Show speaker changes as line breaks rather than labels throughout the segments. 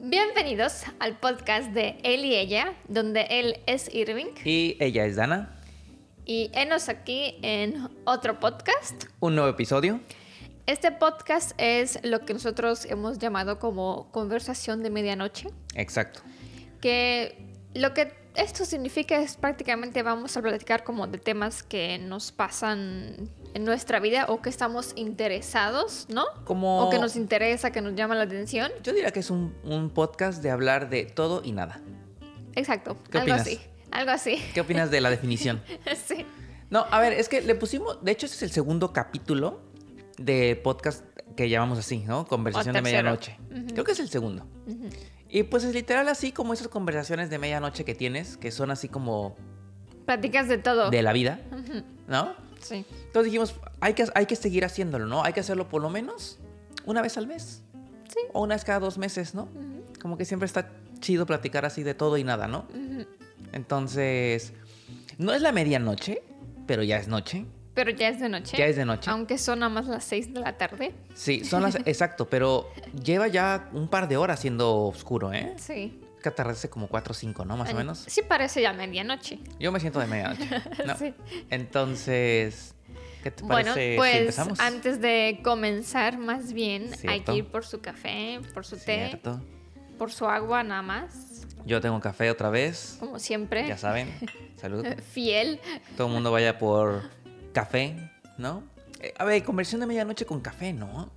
Bienvenidos al podcast de Él y Ella, donde él es Irving
Y ella es Dana.
y enos aquí en otro podcast.
Un nuevo episodio.
Este podcast es lo que nosotros hemos llamado como conversación de medianoche,
Exacto.
que lo que esto significa es prácticamente vamos a platicar como de temas que nos pasan en nuestra vida o que estamos interesados, ¿no?
Como-
O que nos interesa, que nos llama la atención.
Yo diría que es un, un podcast de hablar de todo y nada.
Exacto,
¿Qué
algo
opinas?
así, algo así.
¿Qué opinas de la definición?
sí.
No, a ver, es que le pusimos, de hecho este es el segundo capítulo de podcast que llamamos así, ¿no? Conversación
O
de
tercero.
medianoche. Creo que es el segundo. Y pues es literal así como esas conversaciones de medianoche que tienes, que son así como
Platicas de todo.
de la vida, ¿no?
Sí.
Entonces dijimos, hay que, hay que seguir haciéndolo, ¿no? Hay que hacerlo por lo menos una vez al mes.
Sí.
O una vez cada dos meses, ¿no? Como que siempre está chido platicar así de todo y nada, ¿no? Entonces, no es la medianoche, pero ya es noche.
Pero ya es de noche.
Ya es de noche.
Aunque son nada más las 6 de la tarde.
Sí, son las... exacto, pero lleva ya un par de horas siendo oscuro, ¿eh?
Sí.
Que atardece como 4 o 5, ¿no? Más o
Ay,
menos.
Sí parece ya medianoche.
Yo me siento de medianoche. ¿no?
Sí.
Entonces, ¿qué te
Bueno,
parece si
pues
empezamos?
antes de comenzar, más bien hay
Cierto.
que ir por su café, por su
Cierto.
té, por su agua nada más,
Yo tengo café otra vez.
como siempre.
Ya saben, salud.
Fiel.
Todo el mundo vaya por café, ¿no? Eh, a ver, conversión de medianoche con café, ¿no?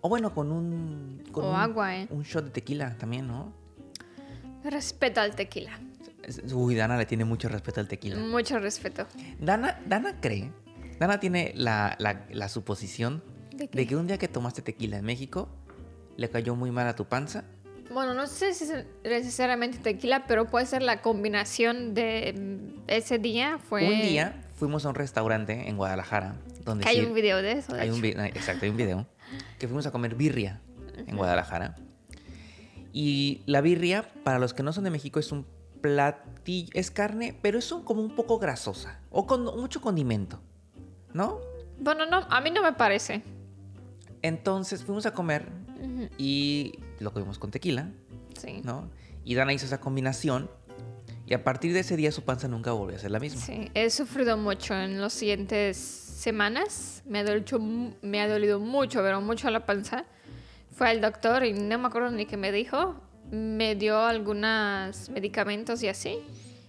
O bueno, con un... Con
O
un-
agua, ¿eh?
Un shot de tequila también, ¿no?
Respeto al tequila.
Es- Uy, Dana le tiene mucho respeto al tequila.
Mucho respeto.
Dana, Dana cree, Dana tiene la, la- la suposición
¿De
¿De,
qué?
que un día que tomaste tequila en México, le cayó muy mal a tu panza.
Bueno, no sé si es necesariamente tequila, pero puede ser la combinación de mm, ese día. Fue...
Un día fuimos a un restaurante en Guadalajara donde
Que hay
sir-
un video de eso. de
Hay
hecho.
un vi- exacto, hay un video que fuimos a comer birria en Guadalajara. Y la birria, para los que no son de México, es un platillo, es carne, pero es un- como un poco grasosa o con mucho condimento, ¿no?
Bueno, no, a mí no me parece.
Entonces fuimos a comer y lo comimos con tequila,
Sí.
¿no? Y Dana hizo esa combinación y a partir de ese día su panza nunca volvió a ser la misma.
Sí, he sufrido mucho en las siguientes semanas. Me ha dolido, mu- me ha dolido mucho, pero mucho la panza. Fue al doctor y no me acuerdo ni qué me dijo. Me dio algunos medicamentos y así.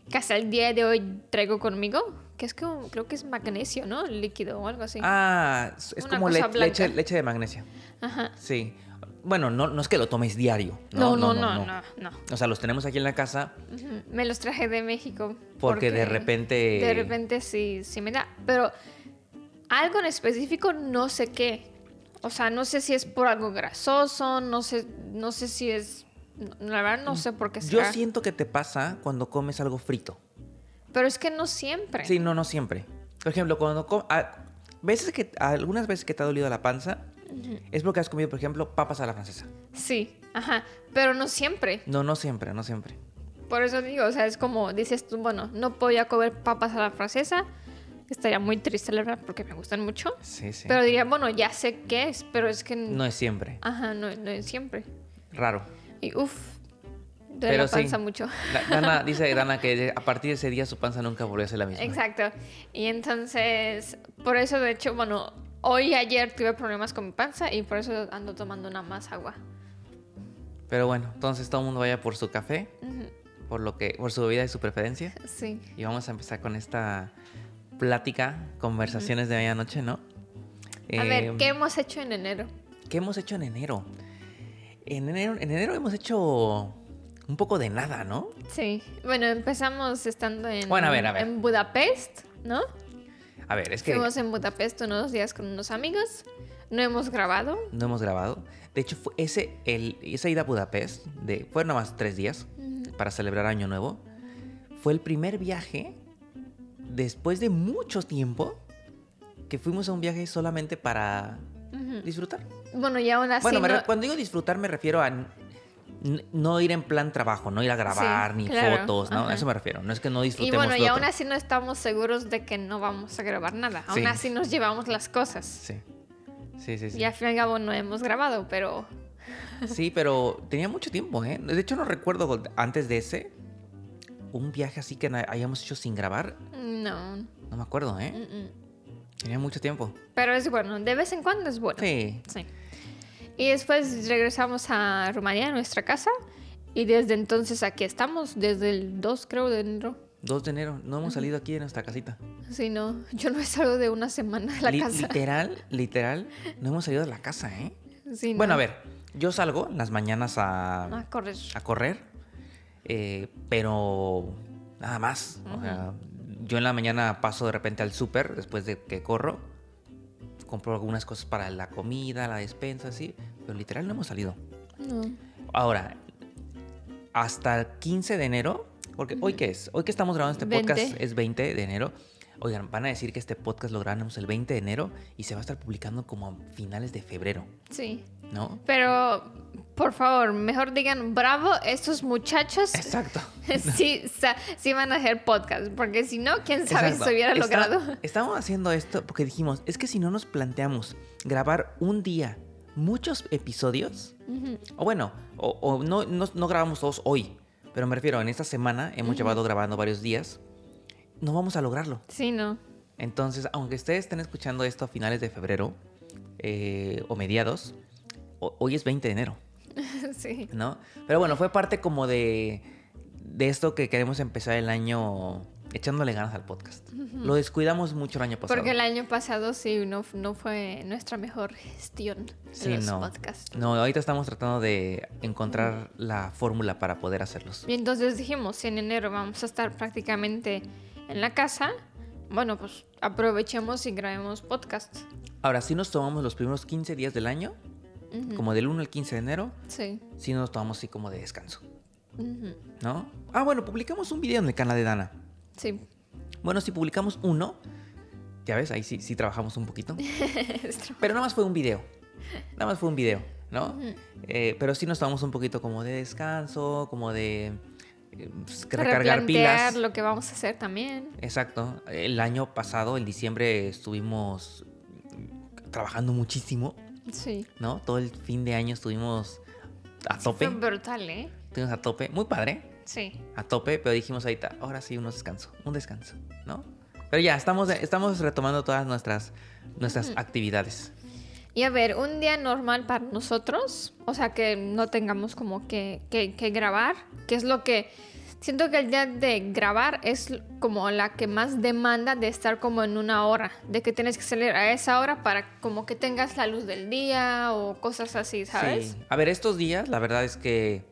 Que hasta el día de hoy traigo conmigo. Que es como, creo que es magnesio, ¿no? Líquido o algo así.
Ah, es es
Una
como
cosa
le-
blanca.
leche, leche de magnesia.
Ajá.
Sí. Bueno, no, no es que lo tomes diario.
No, no, no, no, no.
O sea, los tenemos aquí en la casa
Ujú. Me los traje de México.
porque, de repente...
De repente sí, sí me da. Pero algo en específico, no sé qué. O sea, no sé si es por algo grasoso, no sé, no sé si es. La verdad, no sé por qué
Yo
será.
siento que te pasa cuando comes algo frito.
Pero es que no siempre.
Sí, no, no siempre. Por ejemplo, cuando com- a- veces que algunas veces que te ha dolido la panza es porque has comido, por ejemplo, papas a la francesa.
Sí, ajá. Pero no siempre.
No, no siempre, no siempre.
Por eso digo, o sea, es como dices tú, bueno, no podía comer papas a la francesa. Estaría muy triste, la verdad, porque me gustan mucho.
Sí, sí.
Pero diría, bueno, ya sé qué es, pero es que.
No es siempre.
Ajá, no, no es siempre.
Raro.
Y uff, duele
Pero
la panza
sí.
mucho.
Da- Dana, dice Dana que de- a partir de ese día su panza nunca volvió a ser la misma.
Exacto. Y entonces, por eso de hecho, bueno, hoy y ayer tuve problemas con mi panza y por eso ando tomando nada más agua.
Pero bueno, entonces todo el mundo vaya por su café, por lo que, por su bebida de su preferencia.
Sí.
Y vamos a empezar con esta plática, conversaciones de medianoche, ¿no?
A ver,
Em,
¿qué hemos hecho en enero?
¿qué hemos hecho en enero? En enero, en enero hemos hecho un poco de nada, ¿no?
Sí. Bueno, empezamos estando en,
Bueno, a ver, a ver.
en Budapest, ¿no?
A ver, es que
Fuimos en Budapest unos días con unos amigos. No hemos grabado.
no hemos grabado. De hecho, fue ese, el, esa ida a Budapest, de, fue nomás tres días para celebrar Año Nuevo. Fue el primer viaje después de mucho tiempo que fuimos a un viaje solamente para disfrutar.
Bueno, y aún así.
Bueno, me
Ah, no-
re- cuando digo disfrutar me refiero a n- n- no ir en plan trabajo, no ir a grabar ni
claro,
fotos, ¿no?
ajá.
A eso me refiero. No es que no
y
disfrutemos
bueno,
lo
y aún
otro.
así no estamos seguros de que no vamos a grabar nada.
Sí.
Aún así nos llevamos las cosas.
Sí. Sí, sí, sí.
Y al fin y al cabo no hemos grabado, pero
Sí, pero tenía mucho tiempo, ¿eh? De hecho, no recuerdo antes de ese un viaje así que hayamos hecho sin grabar.
No.
No me acuerdo, ¿eh?
mm, mm.
Tenía mucho tiempo.
Pero es bueno, de vez en cuando es bueno.
Sí.
Sí. Y después regresamos a Rumanía, a nuestra casa. Y desde entonces aquí estamos, desde el 2 creo de enero.
2 de enero. No hemos salido aquí de nuestra casita.
Sí, no, yo no he salido de una semana de la
Li-
casa.
Literal, literal, no hemos salido de la casa, ¿eh?
Sí, no. Ah,
Bueno, a ver, yo salgo en las mañanas a,
A correr.
a correr, eh, pero nada más. O sea, yo en la mañana paso de repente al súper después de que corro. Compro algunas cosas para la comida, la despensa, así. Pero literal no hemos salido.
No.
Ahora, hasta el 15 de enero, porque hoy qué es? Hoy que estamos grabando este podcast
20.
es 20 de enero. Oigan, van a decir que este podcast lo grabamos el 20 de enero y se va a estar publicando como a finales de febrero,
Sí.
¿no?
Pero, por favor, mejor digan bravo estos muchachos.
Exacto.
sí, sa- sí van a hacer podcast. Porque si no, quién sabe
Exacto.
si se hubiera
Está-
logrado.
Estábamos haciendo esto porque dijimos, es que si no nos planteamos grabar un día muchos episodios,
Ujú.
o bueno, o, o no, no, no grabamos todos hoy, pero me refiero, en esta semana hemos llevado grabando varios días, no vamos a lograrlo.
Sí, no.
Entonces, aunque ustedes estén escuchando esto a finales de febrero eh, o mediados, ho- hoy es 20 de enero,
sí.
¿no? Pero bueno, fue parte como de, de esto que queremos empezar el año echándole ganas al podcast. Lo descuidamos mucho el año pasado.
Porque el año pasado sí, no, no fue nuestra mejor gestión en
Sí,
los
no.
podcasts.
No, ahorita estamos tratando de encontrar la fórmula para poder hacerlos.
Y entonces dijimos, en enero vamos a estar prácticamente en la casa. Bueno, pues aprovechemos y grabemos podcast.
Ahora, si nos tomamos los primeros 15 días del año,
Ujú.
como del 1 al 15 de enero,
Sí.
si nos tomamos así como de descanso,
Ujú.
¿no? Ah, bueno, publicamos un video en el canal de Dana.
Sí.
Bueno, si publicamos uno, ya ves, ahí sí, sí trabajamos un poquito.
Es tra-
Pero nada más fue un video. Nada más fue un video, ¿no?
Ujú.
Eh, pero sí nos tomamos un poquito como de descanso, como de eh, pues, recargar
Replantear
pilas.
lo que vamos a hacer también.
Exacto. El año pasado, en diciembre, estuvimos mm, trabajando muchísimo,
Sí.
¿no? Todo el fin de año estuvimos a
Fue
tope.
brutal, ¿eh?
Estuvimos a tope. Muy padre,
Sí.
a tope, pero dijimos ahorita, ahora sí, un descanso, un descanso, ¿no? Pero ya, estamos, estamos retomando todas nuestras, nuestras actividades.
Y a ver, un día normal para nosotros, o sea, que no tengamos como que, que- que grabar, que es lo que... Siento que el día de grabar es como la que más demanda de estar como en una hora, de que tienes que salir a esa hora para como que tengas la luz del día o cosas así, ¿sabes?
Sí. A ver, estos días, la verdad es que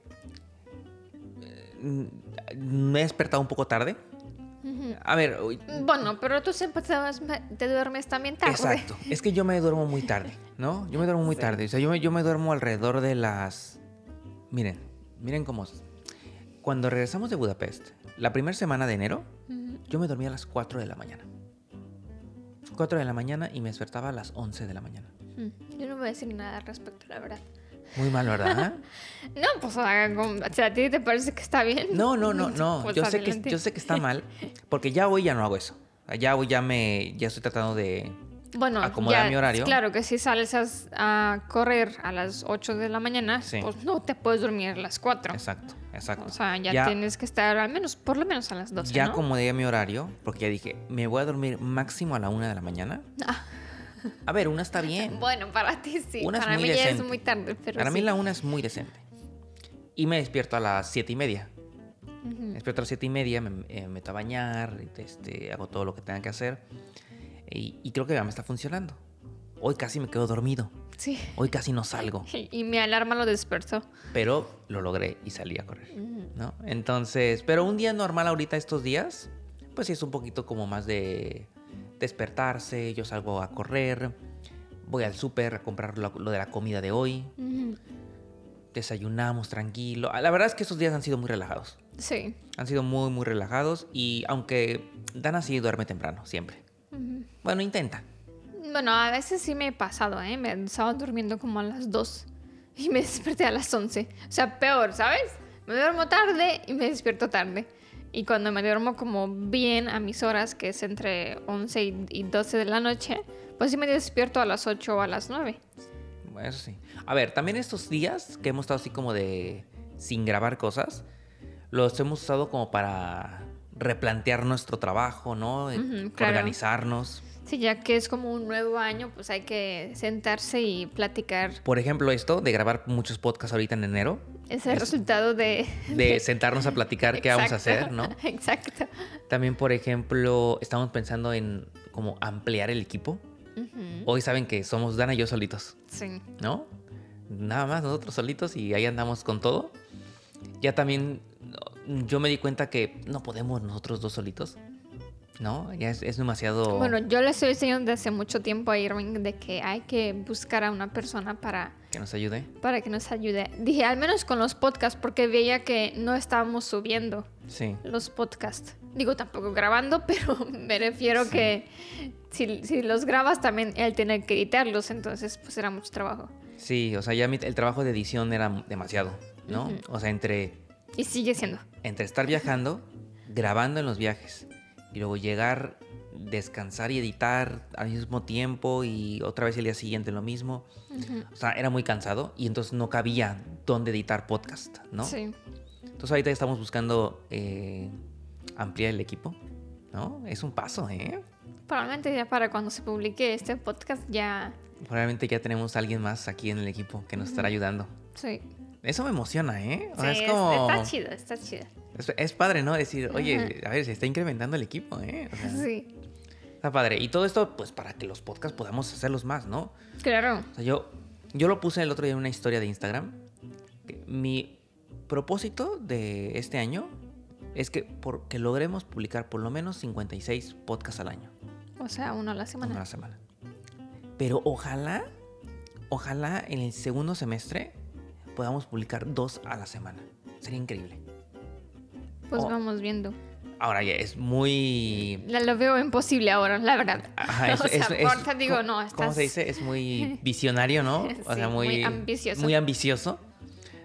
eh, mm, me he despertado un poco tarde. A ver, hoy-
Bueno, pero tú siempre te duermes, te duermes también tarde.
exacto. Es que yo me duermo muy tarde, ¿no? Yo me duermo muy tarde. O sea, yo me, yo me duermo alrededor de las... Miren, miren cómo es. Cuando regresamos de Budapest, la primera semana de enero, yo me dormía a las 4 de la mañana. 4 de la mañana y me despertaba a las 11 de la mañana.
Mm, Yo no voy a decir nada al respecto, la verdad.
Muy mal, ¿verdad?
No, pues haga como- o sea, a ti te parece que está bien.
No, no, no, no.
Pues
yo, sé que,
adelante.
yo sé que está mal, porque ya hoy ya no hago eso. Ya hoy ya me ya estoy tratando de...
bueno,
acomodar
ya,
mi horario.
Claro que si sales a, a correr a las 8 de la mañana,
Sí.
pues no te puedes dormir a las 4.
Exacto, exacto.
O sea, ya,
Ya-
tienes que estar al menos, por lo menos a las 12.
ya
¿no?
acomodé mi horario, porque ya dije, me voy a dormir máximo a la una de la mañana. A ver, una está bien.
Ah. Bueno, para ti sí.
Una es
para
muy
mí ya
decente.
es muy tarde. Pero
Para mí
sí.
la una es muy decente. Y me despierto a las siete y media. Me despierto a las siete y media, me eh, me meto a bañar, este, hago todo lo que tenga que hacer. Y, y creo que ya me está funcionando. Hoy casi me quedo dormido.
Sí.
Hoy casi no salgo.
Y mi alarma lo despertó.
pero lo logré y salí a correr, ¿no? Entonces, pero un día normal ahorita estos días, pues sí es un poquito como más de despertarse, yo salgo a correr, voy al súper a comprar lo, lo de la comida de hoy,
Ujú.
desayunamos tranquilo. Ah, La verdad es que estos días han sido muy relajados,
Sí.
han sido muy, muy relajados y aunque Dana sí duerme temprano, siempre. Bueno, intenta.
Bueno, a veces sí me he pasado, ¿eh? Me estaba durmiendo como a las 2 y me desperté a las 11. O sea, peor, ¿sabes? Me duermo tarde y me despierto tarde. Y cuando me duermo como bien a mis horas, que es entre 11 y y 12 de la noche, pues sí me despierto a las 8 o a las 9.
eso sí. A ver, también estos días que hemos estado así como de sin grabar cosas, los hemos usado como para replantear nuestro trabajo, ¿no? Eh,
Ujú, claro.
Organizarnos.
Sí, ya que es como un nuevo año, pues hay que sentarse y platicar.
Por ejemplo, esto de grabar muchos podcasts ahorita en enero,
Es el
Es-
resultado de...
de sentarnos a platicar qué vamos a hacer,
Exacto,
¿no?
Exacto.
También, por ejemplo, estamos pensando en como ampliar el equipo.
Ujú,
Hoy saben que somos Dana y yo solitos,
Sí.
¿no? Nada más nosotros solitos y ahí andamos con todo. Ya también no, yo me di cuenta que no podemos nosotros dos solitos, ¿no? Ya es, es demasiado...
Bueno, yo le estoy diciendo desde hace mucho tiempo a Irving de que hay que buscar a una persona para,
que nos ayude.
para que nos ayude. Dije, al menos con los podcasts, porque veía que no estábamos subiendo
Sí.
los podcasts. Digo, tampoco grabando, pero me refiero
Sí.
que si, si los grabas también él tiene que editarlos, entonces pues era mucho trabajo.
Sí, o sea, ya mi- el trabajo de edición era demasiado, ¿no? O sea, entre
Y sigue siendo.
entre estar viajando, grabando en los viajes y luego llegar, descansar y editar al mismo tiempo y otra vez el día siguiente lo mismo. O sea, era muy cansado y entonces no cabía dónde editar podcast, ¿no?
Sí.
Entonces ahorita estamos buscando eh, ampliar el equipo, ¿no? Es un paso, ¿eh?
Probablemente ya para cuando se publique este podcast ya...
Probablemente ya tenemos a alguien más aquí en el equipo que nos estará ayudando.
Sí.
Eso me emociona, ¿eh? O sea,
Sí,
es
es-
como...
Está chido, está chido.
Es, es padre, ¿no? Decir, oye, a ver, se está incrementando el equipo, ¿eh? O sea,
Sí.
Está padre. Y todo esto, pues, para que los podcasts podamos hacerlos más, ¿no?
Claro.
O sea, yo, yo lo puse el otro día en una historia de Instagram. que Mi propósito de este año es que, por, que logremos publicar por lo menos 56 podcasts al año,
O sea, uno a la
una a
semana.
la semana. Pero ojalá, ojalá en el segundo semestre podamos publicar dos a la semana. Sería increíble.
Pues
Oh.
vamos viendo.
Ahora ya es muy
La, lo veo imposible ahora, la verdad.
Ajá, es-
o sea,
es- es-
ahorita digo,
¿cómo-
no,
¿Cómo
estás-
se dice? Es muy visionario, ¿no? O
Sí,
sea, muy,
muy ambicioso.
muy ambicioso.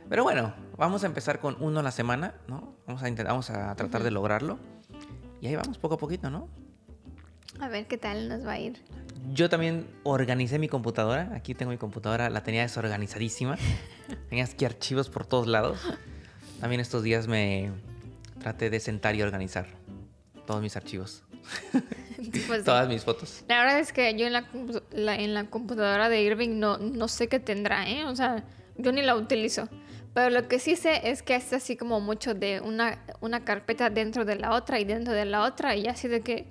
Pero bueno, vamos a empezar con uno a la semana, ¿no? Vamos a, intent- vamos a tratar de lograrlo. Y ahí vamos, poco a poquito, ¿no?
A ver qué tal nos va a ir.
Yo también organicé mi computadora. Aquí tengo mi computadora, la tenía desorganizadísima. Tenía que archivos por todos lados. También estos días me traté de sentar y organizar todos mis archivos,
Pues,
todas mis fotos.
La verdad es que yo en la, compu- la- en la computadora de Irving no, no sé qué tendrá, ¿eh? O sea, yo ni la utilizo. Pero lo que sí sé es que es así como mucho de una, una carpeta dentro de la otra y dentro de la otra y así de que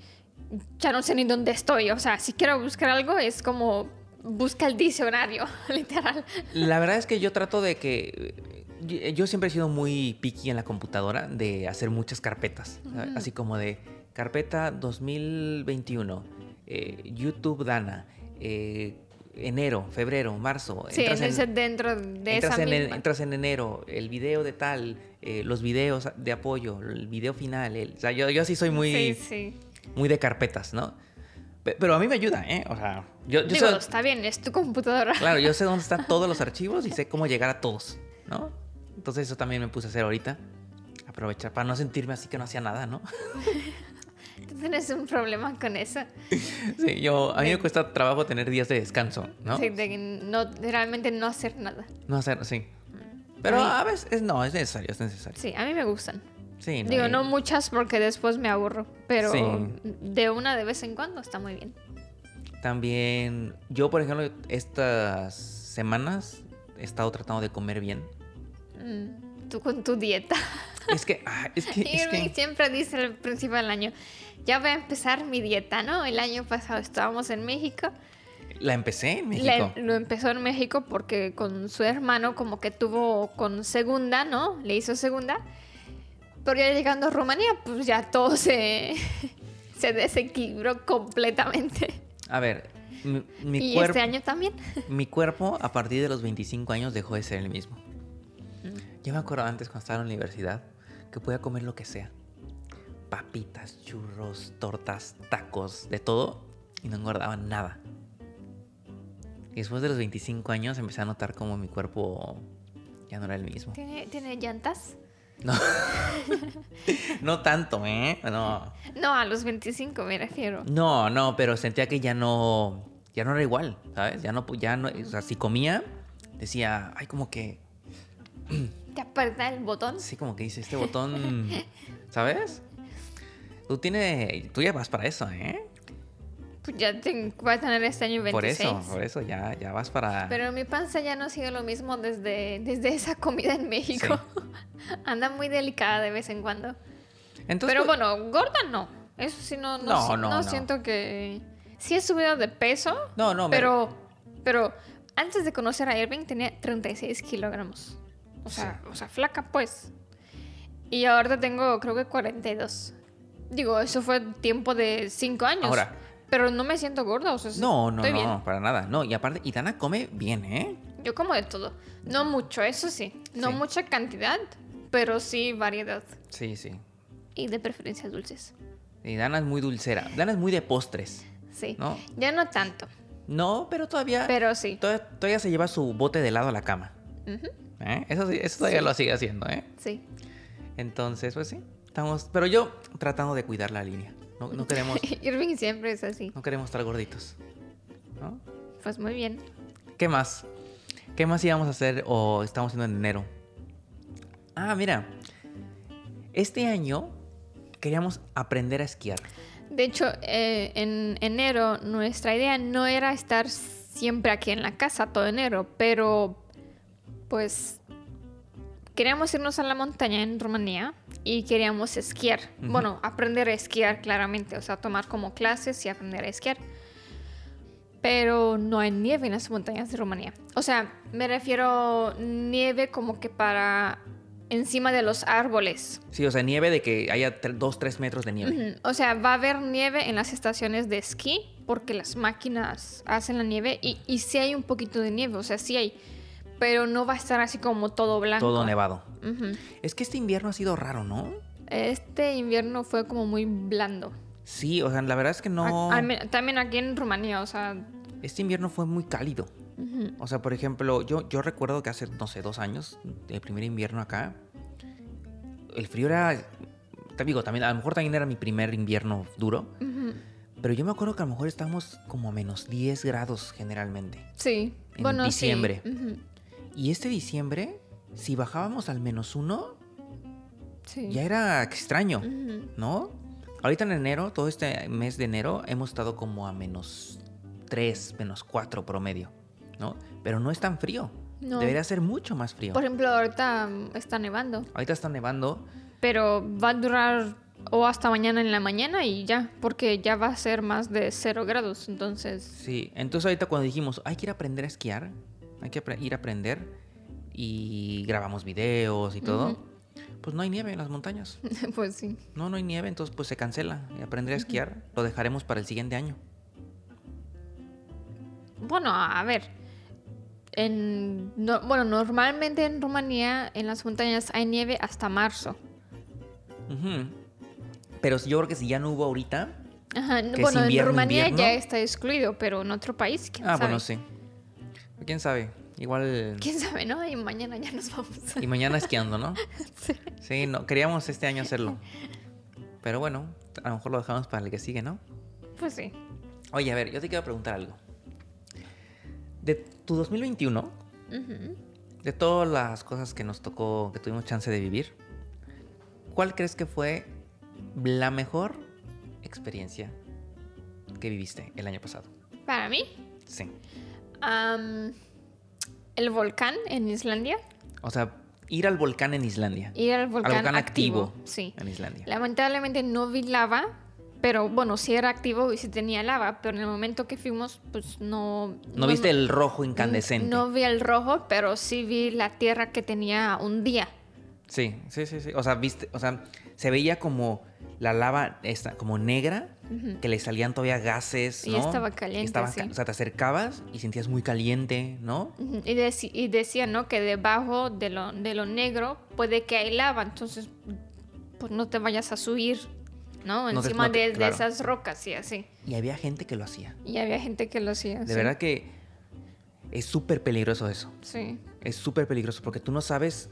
ya no sé ni dónde estoy. O sea, si quiero buscar algo es como busca el diccionario, literal.
La verdad es que yo trato de que. Yo, yo siempre he sido muy picky en la computadora de hacer muchas carpetas. ¿sabes? Así como de carpeta 2021, eh, YouTube Dana, eh, enero, febrero, marzo.
Sí,
entras en-
entonces dentro de
entras
esa
en,
misma.
entras en enero, el video de tal, eh, los videos de apoyo, el video final. el- o sea, yo, yo así soy muy,
Sí, sí.
muy de carpetas, ¿no? Pe- Pero a mí me ayuda, ¿eh? O sea, yo, yo
Digo,
soy-
está bien, es tu computadora.
Claro, yo sé dónde están todos los archivos y sé cómo llegar a todos, ¿no? Entonces eso también me puse a hacer ahorita. Aprovechar para no sentirme así que no hacía nada, ¿no?
Tú tienes un problema con eso.
Sí, yo, a mí me cuesta trabajo tener días de descanso, ¿no?
Sí, de que no, de realmente no hacer nada.
No hacer, sí. Pero
Ay.
a veces, es- no, es necesario, es necesario.
Sí, a mí me gustan.
Sí,
Digo,
hay-
no muchas porque después me aburro, pero
Sí.
de una de vez en cuando está muy bien.
También, yo, por ejemplo, estas semanas he estado tratando de comer bien.
Mm, Tú con tu dieta.
Es que, ah, es que, es
Irving
que...
siempre dice al principio del año, ya voy a empezar mi dieta, ¿no? El año pasado estábamos en México.
La empecé en México.
La- em- lo empezó en México porque con su hermano como que tuvo con segunda, ¿no? Le hizo segunda. Pero ya llegando a Rumanía, pues ya todo se, se desequilibró completamente.
A ver, mi, mi
y
cuerpo...
este año también.
Mi cuerpo a partir de los 25 años dejó de ser el mismo. Yo me acuerdo antes cuando estaba en la universidad que podía comer lo que sea. Papitas, churros, tortas, tacos, de todo. Y no engordaba nada. Y después de los 25 años empecé a notar como mi cuerpo ya no era el mismo.
¿Tiene, tiene llantas?
No, no tanto, ¿eh? No.
No, a los 25 me refiero.
No, no, pero sentía que ya no, ya no era igual, ¿sabes? Ya no, pu- ya no, o sea, si comía, decía, ay, como que,
Te aprieta el botón.
sí, como que dice este botón, ¿sabes? Tú tienes, tú ya vas para eso, ¿eh?
Pues ya te, voy a tener este año 26.
Por eso, por eso, ya, ya vas para...
Pero mi panza ya no ha sido lo mismo desde, desde esa comida en México. Anda muy delicada de vez en cuando.
Entonces,
Pero
pues,
bueno, gorda no. Eso sí, no, no,
No,
si-
no,
no
no.
siento que... Sí he subido de peso.
No, no, me-
Pero, pero antes de conocer a Irving tenía 36 kilogramos. O sea, o sea, flaca pues. Y ahorita tengo creo que 42. Digo, eso fue tiempo de 5 años.
Ahora.
Pero no me siento gorda, o sea,
No, no,
estoy
no,
bien.
para nada. No, y aparte, Itana come bien, ¿eh?
Yo como de todo. No mucho, eso sí. No
Sí.
mucha cantidad, pero sí variedad.
Sí, sí.
Y de preferencia dulces.
Y Dana es muy dulcera. Dana es muy de postres.
Sí.
No.
Ya no tanto,
No, pero todavía.
pero sí.
Todavía, todavía se lleva su bote de helado a la cama.
Ujú,
¿eh? Eso, sí- eso todavía
Sí.
lo sigue haciendo, ¿eh?
Sí.
Entonces, pues sí. Estamos. Pero yo tratando de cuidar la línea. No, no queremos.
Irving siempre es así.
no queremos estar gorditos. ¿no?
Pues muy bien.
¿Qué más? ¿Qué más íbamos a hacer o estamos haciendo en enero? Ah, mira. Este año queríamos aprender a esquiar.
De hecho, eh, en enero nuestra idea no era estar siempre aquí en la casa todo enero, pero pues queríamos irnos a la montaña en Rumanía y queríamos esquiar.
Ujú.
Bueno, aprender a esquiar claramente, o sea, tomar como clases y aprender a esquiar. Pero no hay nieve en las montañas de Rumanía. O sea, me refiero nieve como que para encima de los árboles.
Sí, o sea, nieve de que haya 2, 3 metros de nieve.
Ujú. O sea, va a haber nieve en las estaciones de esquí porque las máquinas hacen la nieve y, y sí hay un poquito de nieve, o sea, sí hay, pero no va a estar así como todo blanco.
Todo nevado.
Ujú.
Es que este invierno ha sido raro, ¿no?
Este invierno fue como muy blando.
Sí, o sea, la verdad es que no.
A- al men- también aquí en Rumanía, o sea,
Este invierno fue muy cálido.
ujú.
O sea, por ejemplo, yo, yo recuerdo que hace, no sé, dos años, el primer invierno acá, el frío era. Te digo, también, a lo mejor también era mi primer invierno duro, pero yo me acuerdo que a lo mejor estábamos como a menos 10 grados generalmente.
sí.
En
bueno, sí.
diciembre.
Ujú.
Y este diciembre, si bajábamos al menos uno,
Sí.
ya era extraño.
Ujú.
¿no? Ahorita en enero, todo este mes de enero, hemos estado como a menos 3, menos 4 promedio, ¿no? Pero no es tan frío.
No.
Debería ser mucho más frío.
Por ejemplo, ahorita mm, está nevando,
Ahorita está nevando.
pero va a durar o hasta mañana en la mañana y ya, porque ya va a ser más de cero grados, entonces...
Sí, entonces ahorita cuando dijimos, hay que ir a aprender a esquiar, hay que apre- ir a aprender y grabamos videos y todo,
Ujú.
pues no hay nieve en las montañas.
pues sí.
No, no hay nieve, entonces pues se cancela. Y aprender a esquiar lo dejaremos para el siguiente año.
Bueno, a ver. En, no- bueno, normalmente en Rumanía, en las montañas, hay nieve hasta marzo.
Ujú. Pero yo creo que si ya no hubo ahorita,
Ajá, n-
Que es
Bueno, en
invierno,
Rumanía
invierno.
ya está excluido, pero en otro país, ¿quién
Ah,
sabe?
bueno, sí. ¿Quién sabe? Igual...
¿Quién sabe, no? Y mañana ya nos vamos.
Y mañana esquiando, ¿no?
Sí.
Sí, no, queríamos este año hacerlo. Pero bueno, a lo mejor lo dejamos para el que sigue, ¿no?
Pues sí.
Oye, a ver, yo te quiero preguntar algo. De tu 2021,
Ujú.
de todas las cosas que nos tocó, que tuvimos chance de vivir, ¿cuál crees que fue la mejor experiencia que viviste el año pasado?
Para mí,
Sí.
am, el volcán en Islandia.
O sea, ir al volcán en Islandia.
Ir al volcán,
al volcán activo,
Sí.
en Islandia.
Lamentablemente no vi lava, pero bueno, sí era activo y sí tenía lava, pero en el momento que fuimos, pues no...
¿No viste el rojo incandescente?
No vi el rojo, pero sí vi la tierra que tenía un día.
Sí, sí, sí, sí. O sea, viste, o sea, se veía como la lava esta, como negra, que le salían todavía gases.
Y
¿no?
estaba caliente, sí.
ca- O sea, te acercabas y sentías muy caliente, ¿no?
Ujú, Y, deci- y decía, ¿no? Que debajo de lo, de lo negro puede que hay lava, entonces pues no te vayas a subir, ¿no?
No te-
Encima
no te-
de, de
claro.
esas rocas y así.
Y había gente que lo hacía.
Y había gente que lo hacía.
De
sí.
verdad que es súper peligroso eso.
Sí.
Es súper peligroso porque tú no sabes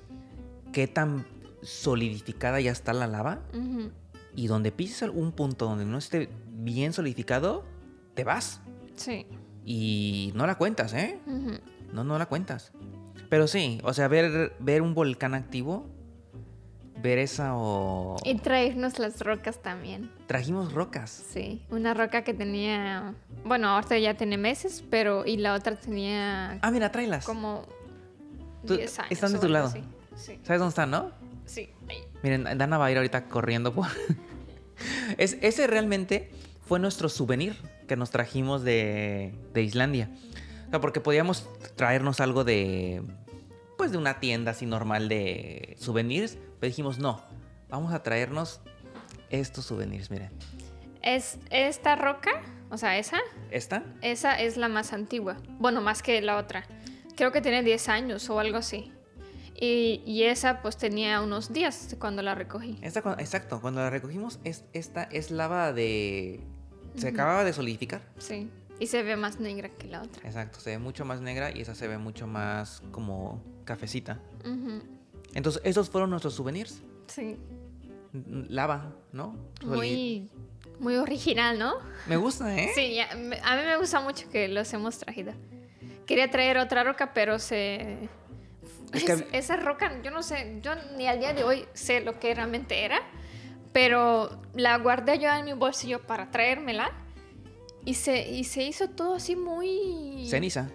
qué tan solidificada ya está la lava
Ujú,
y donde pises un punto donde no esté bien solidificado, te vas
Sí.
y no la cuentas, ¿eh?
Ujú.
No, no la cuentas. Pero sí, o sea, ver, ver un volcán activo, ver esa o...
Y traernos las rocas también.
Trajimos rocas.
Sí, una roca que tenía, bueno, ahorita ya tiene meses, pero y la otra tenía
Ah, mira, tráelas.
como
Tú-
10 años.
están de
o
tu
algo
lado.
así. Sí,
¿Sabes dónde están, no?
sí. Ay,
Miren, Dana va a ir ahorita corriendo por... Es, ese realmente fue nuestro souvenir que nos trajimos de, de Islandia. O sea, porque podíamos traernos algo de... Pues de una tienda así normal de souvenirs. Pero dijimos, no, vamos a traernos estos souvenirs, miren.
Es, esta roca, o sea, esa,
¿Esta?
esa es la más antigua. Bueno, más que la otra. Creo que tiene 10 años o algo así. Y, y esa pues tenía unos días cuando la recogí.
esta cu- exacto, cuando la recogimos, es, esta es lava de... Se acababa de solidificar.
Sí. Y se ve más negra que la otra.
Exacto, se ve mucho más negra y esa se ve mucho más como cafecita.
Ujú.
Entonces, esos fueron nuestros souvenirs.
Sí.
N- Lava, ¿no? Solid-
Muy, muy original, ¿no?
Me gusta, ¿eh?
Sí, ya- me- a mí me gusta mucho que los hemos traído. Quería traer otra roca, pero se...
Es que-
Es- esa roca, yo no sé, yo ni al día de hoy sé lo que realmente era, pero la guardé yo en mi bolsillo para traérmela y se, y se hizo todo así muy...
Ceniza.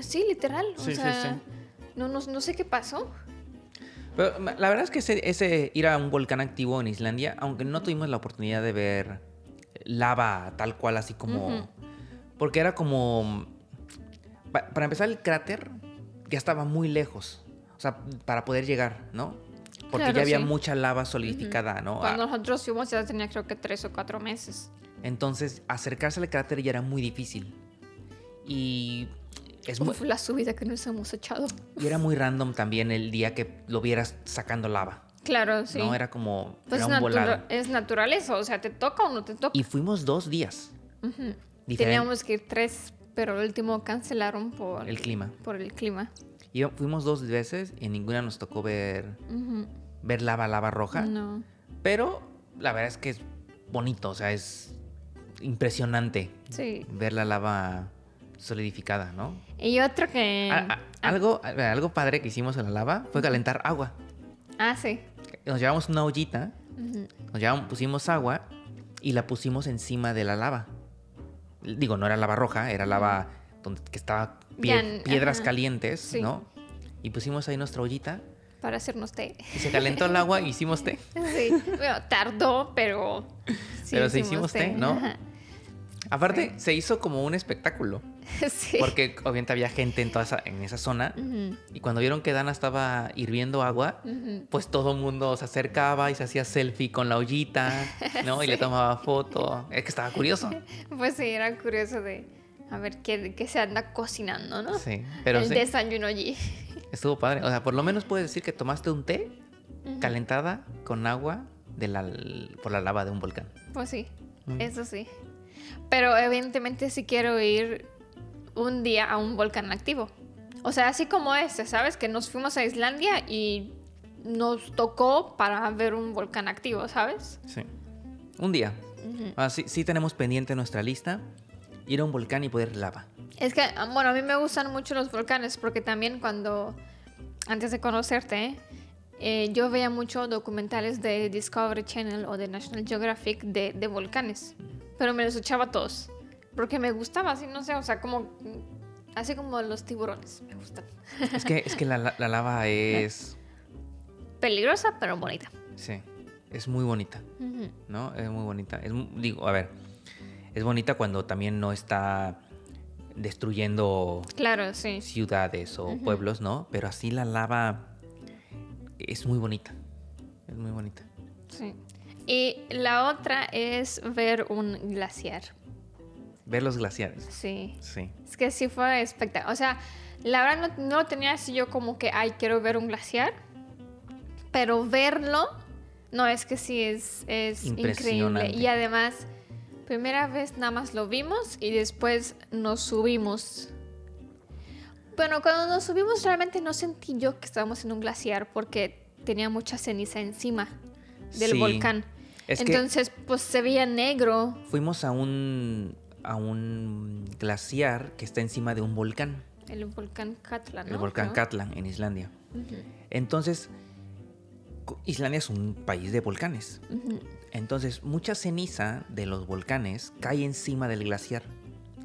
Sí, literal. o
Sí, sí,
sea,
sí.
No, no, no sé qué pasó.
Pero ma- la verdad es que ese, ese ir a un volcán activo en Islandia, aunque no tuvimos la oportunidad de ver lava tal cual, así como...
Ujú.
Porque era como... pa- para empezar, el cráter ya estaba muy lejos. O sea, para poder llegar, ¿no? Porque
Claro,
ya había
sí.
mucha lava solidificada, ¿no? Ah, A-
Cuando nosotros fuimos ya tenía creo que tres o cuatro meses.
Entonces, acercarse al cráter ya era muy difícil. Y es muy,
Uf, la subida que nos hemos echado.
y era muy random también el día que lo vieras sacando lava.
Claro, sí.
No era como
Pues
era un
natura-
volado.
es naturaleza, o sea, te toca o no te toca.
Y fuimos dos días.
Ujú.
Diferen-
Teníamos que ir tres, pero el último cancelaron por
El clima.
Por el clima.
Y fuimos dos veces y en ninguna nos tocó ver,
Ujú.
ver lava, lava roja.
No.
Pero la verdad es que es bonito, o sea, es impresionante
Sí.
ver la lava solidificada, ¿no?
Y otro que.
A- a- algo, algo padre que hicimos en la lava fue calentar agua.
Ah, sí.
Nos llevamos una ollita,
Ujú.
nos llevamos, pusimos agua y la pusimos encima de la lava. Digo, no era lava roja, era lava donde, que estaba pie-
Ya,
piedras
ajá.
calientes,
Sí.
¿no? Y pusimos ahí nuestra ollita
Para hacernos té.
y se calentó el agua y hicimos té.
Sí. Bueno, tardó, pero. sí
Pero se hicimos té, ¿no?
Ajá.
Aparte, se hizo como un espectáculo,
Sí.
porque obviamente había gente en, toda esa, en esa zona
Ujú,
y cuando vieron que Dana estaba hirviendo agua,
ujú.
pues todo el mundo se acercaba y se hacía selfie con la ollita, ¿no? Y le tomaba foto. Es que estaba curioso.
Pues sí, era curioso de. A ver qué, qué se anda cocinando, ¿no?
Sí, pero
el
sí.
desayuno allí.
Estuvo padre. O sea, por lo menos puedes decir que tomaste un té
Ujú.
calentada con agua de la, por la lava de un volcán.
Pues sí,
Mm.
eso sí. Pero evidentemente sí quiero ir un día a un volcán activo. O sea, así como este, ¿sabes? Que nos fuimos a Islandia y nos tocó para ver un volcán activo, ¿sabes?
Sí. Un día.
Ujú.
Ah, sí, sí tenemos pendiente en nuestra lista ir a un volcán y poder lava.
Es que, ah, bueno, a mí me gustan mucho los volcanes porque también cuando, antes de conocerte, eh, yo veía mucho documentales de Discovery Channel o de National Geographic de, de volcanes, pero me los echaba todos porque me gustaba, así no sé, o sea, como, así como los tiburones, me gustan.
Es que, es que la, la- la lava es...
Peligrosa, pero bonita.
Sí. Es muy bonita,
Ujú.
¿no? Es muy bonita. Es, mu- digo, a ver. Es bonita cuando también no está destruyendo
Claro, sí.
ciudades o pueblos, ¿no? Pero así la lava es muy bonita. Es muy bonita.
sí. Y la otra es ver un glaciar,
Ver los glaciares.
sí.
Sí.
Es que sí fue espectacular. O sea, la verdad no, no lo tenía así yo como que, ay, quiero ver un glaciar. Pero verlo, no, es que sí es, es increíble.
Impresionante.
Y además, primera vez nada más lo vimos y después nos subimos. Bueno, cuando nos subimos realmente no sentí yo que estábamos en un glaciar porque tenía mucha ceniza encima del
Sí.
volcán.
Es que-
Entonces, pues se veía negro.
Fuimos a un a un glaciar que está encima de un volcán.
El volcán Katla, Ah, ¿no?
El volcán
Creo.
Katlan, en Islandia. Entonces, co- Islandia es un país de volcanes. Entonces, mucha ceniza de los volcanes cae encima del glaciar.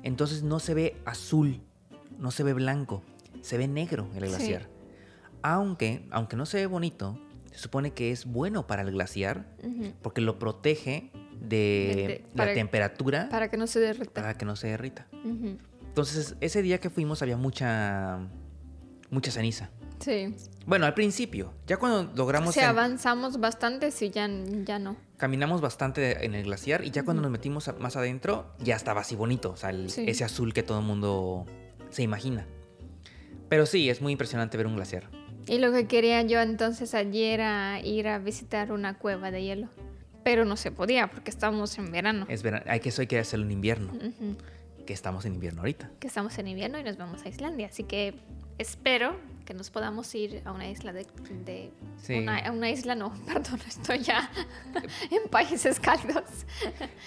Entonces no se ve azul, no se ve blanco, se ve negro el
Sí.
glaciar. Aunque, aunque no se ve bonito, se supone que es bueno para el glaciar
Ujú.
porque lo protege
Del
de
de-
la
para-
temperatura
Para que no se derrita.
para que no se derrita.
Ujú.
Entonces, ese día que fuimos había mucha mucha ceniza.
Sí.
Bueno, al principio, ya cuando logramos
Si
en-
avanzamos bastante, sí, ya, ya no.
caminamos bastante en el glaciar y ya cuando nos metimos a- más adentro ya estaba así bonito, o sea, el-
Sí.
ese azul que todo el mundo se imagina. Pero sí, es muy impresionante ver un glaciar.
Y lo que quería yo entonces ayer era ir a visitar una cueva de hielo. Pero no se podía porque estábamos en verano.
Es vera- hay que eso hay que hacerlo en invierno,
Ujú.
que estamos en invierno ahorita.
Que estamos en invierno y nos vamos a Islandia. Así que espero que nos podamos ir a una isla de... de-
Sí.
una, a una isla no, perdón, estoy ya en países cálidos.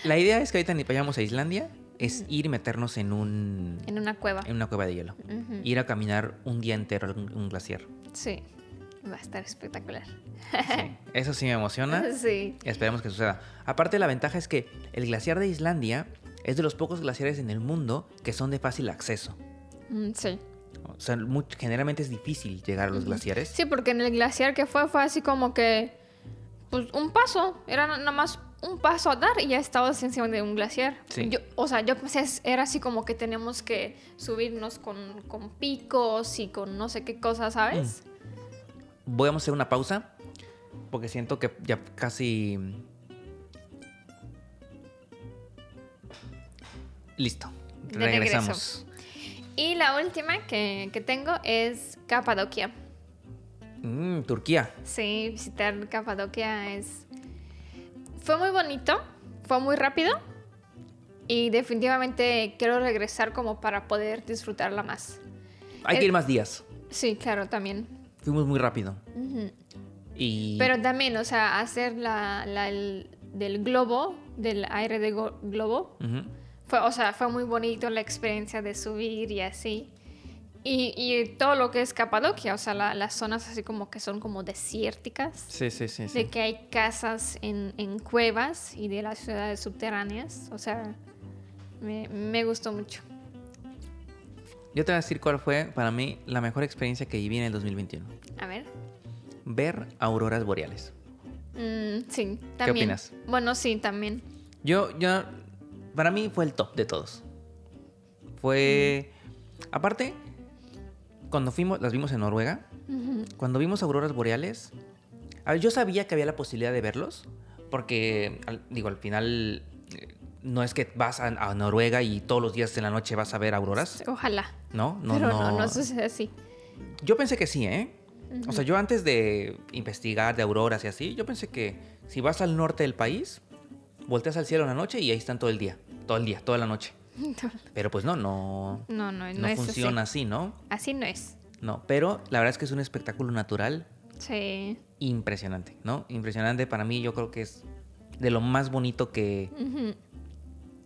La idea es que ahorita ni vayamos a Islandia, es ir y meternos en un
En una cueva.
en una cueva de hielo,
Ujú.
ir a caminar un día entero en un glaciar.
Sí, va a estar espectacular.
Sí. Eso sí me emociona.
Sí.
Esperemos que suceda. Aparte, la ventaja es que el glaciar de Islandia es de los pocos glaciares en el mundo que son de fácil acceso.
Mm, Sí.
O sea, mu- generalmente es difícil llegar a los glaciares.
Sí, porque en el glaciar que fue fue así como que pues un paso, era na- nada más un paso a dar y ya estabas encima de un glaciar.
Sí.
Yo, o sea, yo pensé, es- era así como que tenemos que subirnos con, con picos y con no sé qué cosas, ¿sabes?
Voy a hacer una pausa porque siento que ya casi... Listo.
De regreso.
Regresamos.
Y la última que, que tengo es Capadoquia.
Mm, Turquía.
Sí, visitar Capadoquia es... Fue muy bonito, fue muy rápido y definitivamente quiero regresar como para poder disfrutarla más.
Hay que
Eh,
ir más días.
Sí, claro, también.
Fuimos muy rápido.
Ujú.
Y...
Pero también, o sea, hacer la, la- el- del globo, del aire de go- globo,
Ujú.
fue, o sea, fue muy bonito la experiencia de subir y así. Y, y todo lo que es Capadoquia, o sea, la- las zonas así como que son como desérticas,
Sí, sí, sí. sí.
de que hay casas en, en cuevas y de las ciudades subterráneas, o sea, me, me gustó mucho.
Yo te voy a decir cuál fue para mí la mejor experiencia que viví en el 2021.
A ver.
Ver auroras boreales.
Mm, sí, también.
opinas?
Bueno, sí, también.
Yo, yo, para mí fue el top de todos. Fue, aparte, cuando fuimos, las vimos en Noruega,
Ujú.
cuando vimos auroras boreales, a ver, yo sabía que había la posibilidad de verlos, porque, al- digo, al final eh, no es que vas a, a Noruega y todos los días en la noche vas a ver auroras,
Ojalá.
¿no? No,
Pero no, no sucede así.
Yo pensé que sí, ¿eh? O sea, yo antes de investigar de auroras y así, yo pensé que si vas al norte del país, volteas al cielo en la noche y ahí están todo el día, todo el día, toda la noche. Pero pues no, no,
No, no, no,
no
es
funciona así. ¿no?
así. Así no es.
No, pero la verdad es que es un espectáculo natural
Sí.
impresionante, ¿no? Impresionante para mí, yo creo que es de lo más bonito que,
Ujú.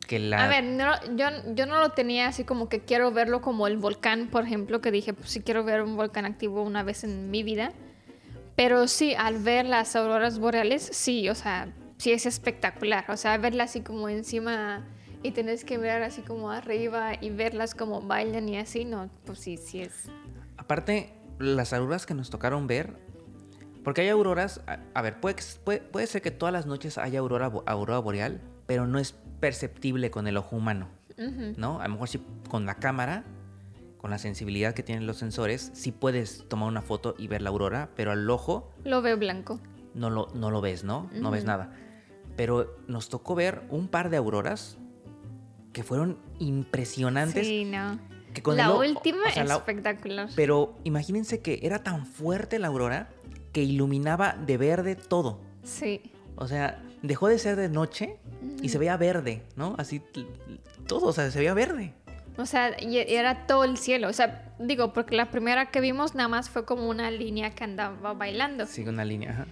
que la...
A ver, no, yo, yo no lo tenía así como que quiero verlo como el volcán, por ejemplo, que dije, pues sí quiero ver un volcán activo una vez en mi vida. Pero sí, al ver las auroras boreales, sí, o sea, sí es espectacular. O sea, verla así como encima y tenés que mirar así como arriba y verlas como bailan y así, no, pues sí, sí es.
Aparte, las auroras que nos tocaron ver, porque hay auroras, a, a ver, puede, que- puede, puede ser que todas las noches haya aurora, bo- aurora boreal, pero no es perceptible con el ojo humano,
Ujú.
¿no? A lo mejor si con la cámara, con la sensibilidad que tienen los sensores, sí puedes tomar una foto y ver la aurora, pero al ojo
Lo veo blanco.
no lo, no lo ves, ¿no? No ves
Ujú.
nada. Pero nos tocó ver un par de auroras que fueron impresionantes.
Sí, no.
que con el
La
o-
última
o sea, la-
espectacular.
pero imagínense que era tan fuerte la aurora que iluminaba de verde todo.
Sí.
O sea, dejó de ser de noche y se veía verde, ¿no? Así l- l- todo, o sea, se veía verde.
O sea, y y era todo el cielo. O sea, digo, porque la primera que vimos nada más fue como una línea que andaba bailando.
Sí, una línea. ajá.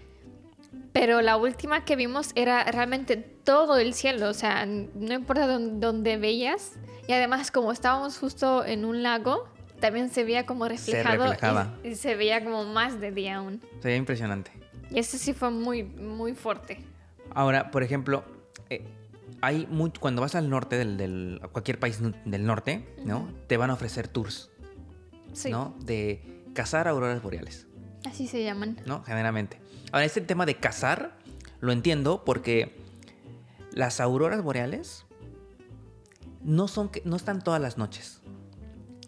Pero la última que vimos era realmente todo el cielo. O sea, n- no importa dónde, dónde veías. Y además, como estábamos justo en un lago, también se veía como reflejado.
reflejaba.
y, y se veía como más de día aún.
Sería impresionante.
Y eso sí fue muy, muy fuerte.
Ahora, por ejemplo, eh, hay mu- cuando vas al norte del, del- a cualquier país nu- del norte, ¿no? Te van a ofrecer tours,
Sí.
¿no? De cazar auroras boreales,
Así se llaman.
¿no? Generalmente. Ahora, este tema de cazar lo entiendo porque las auroras boreales no son que- no están todas las noches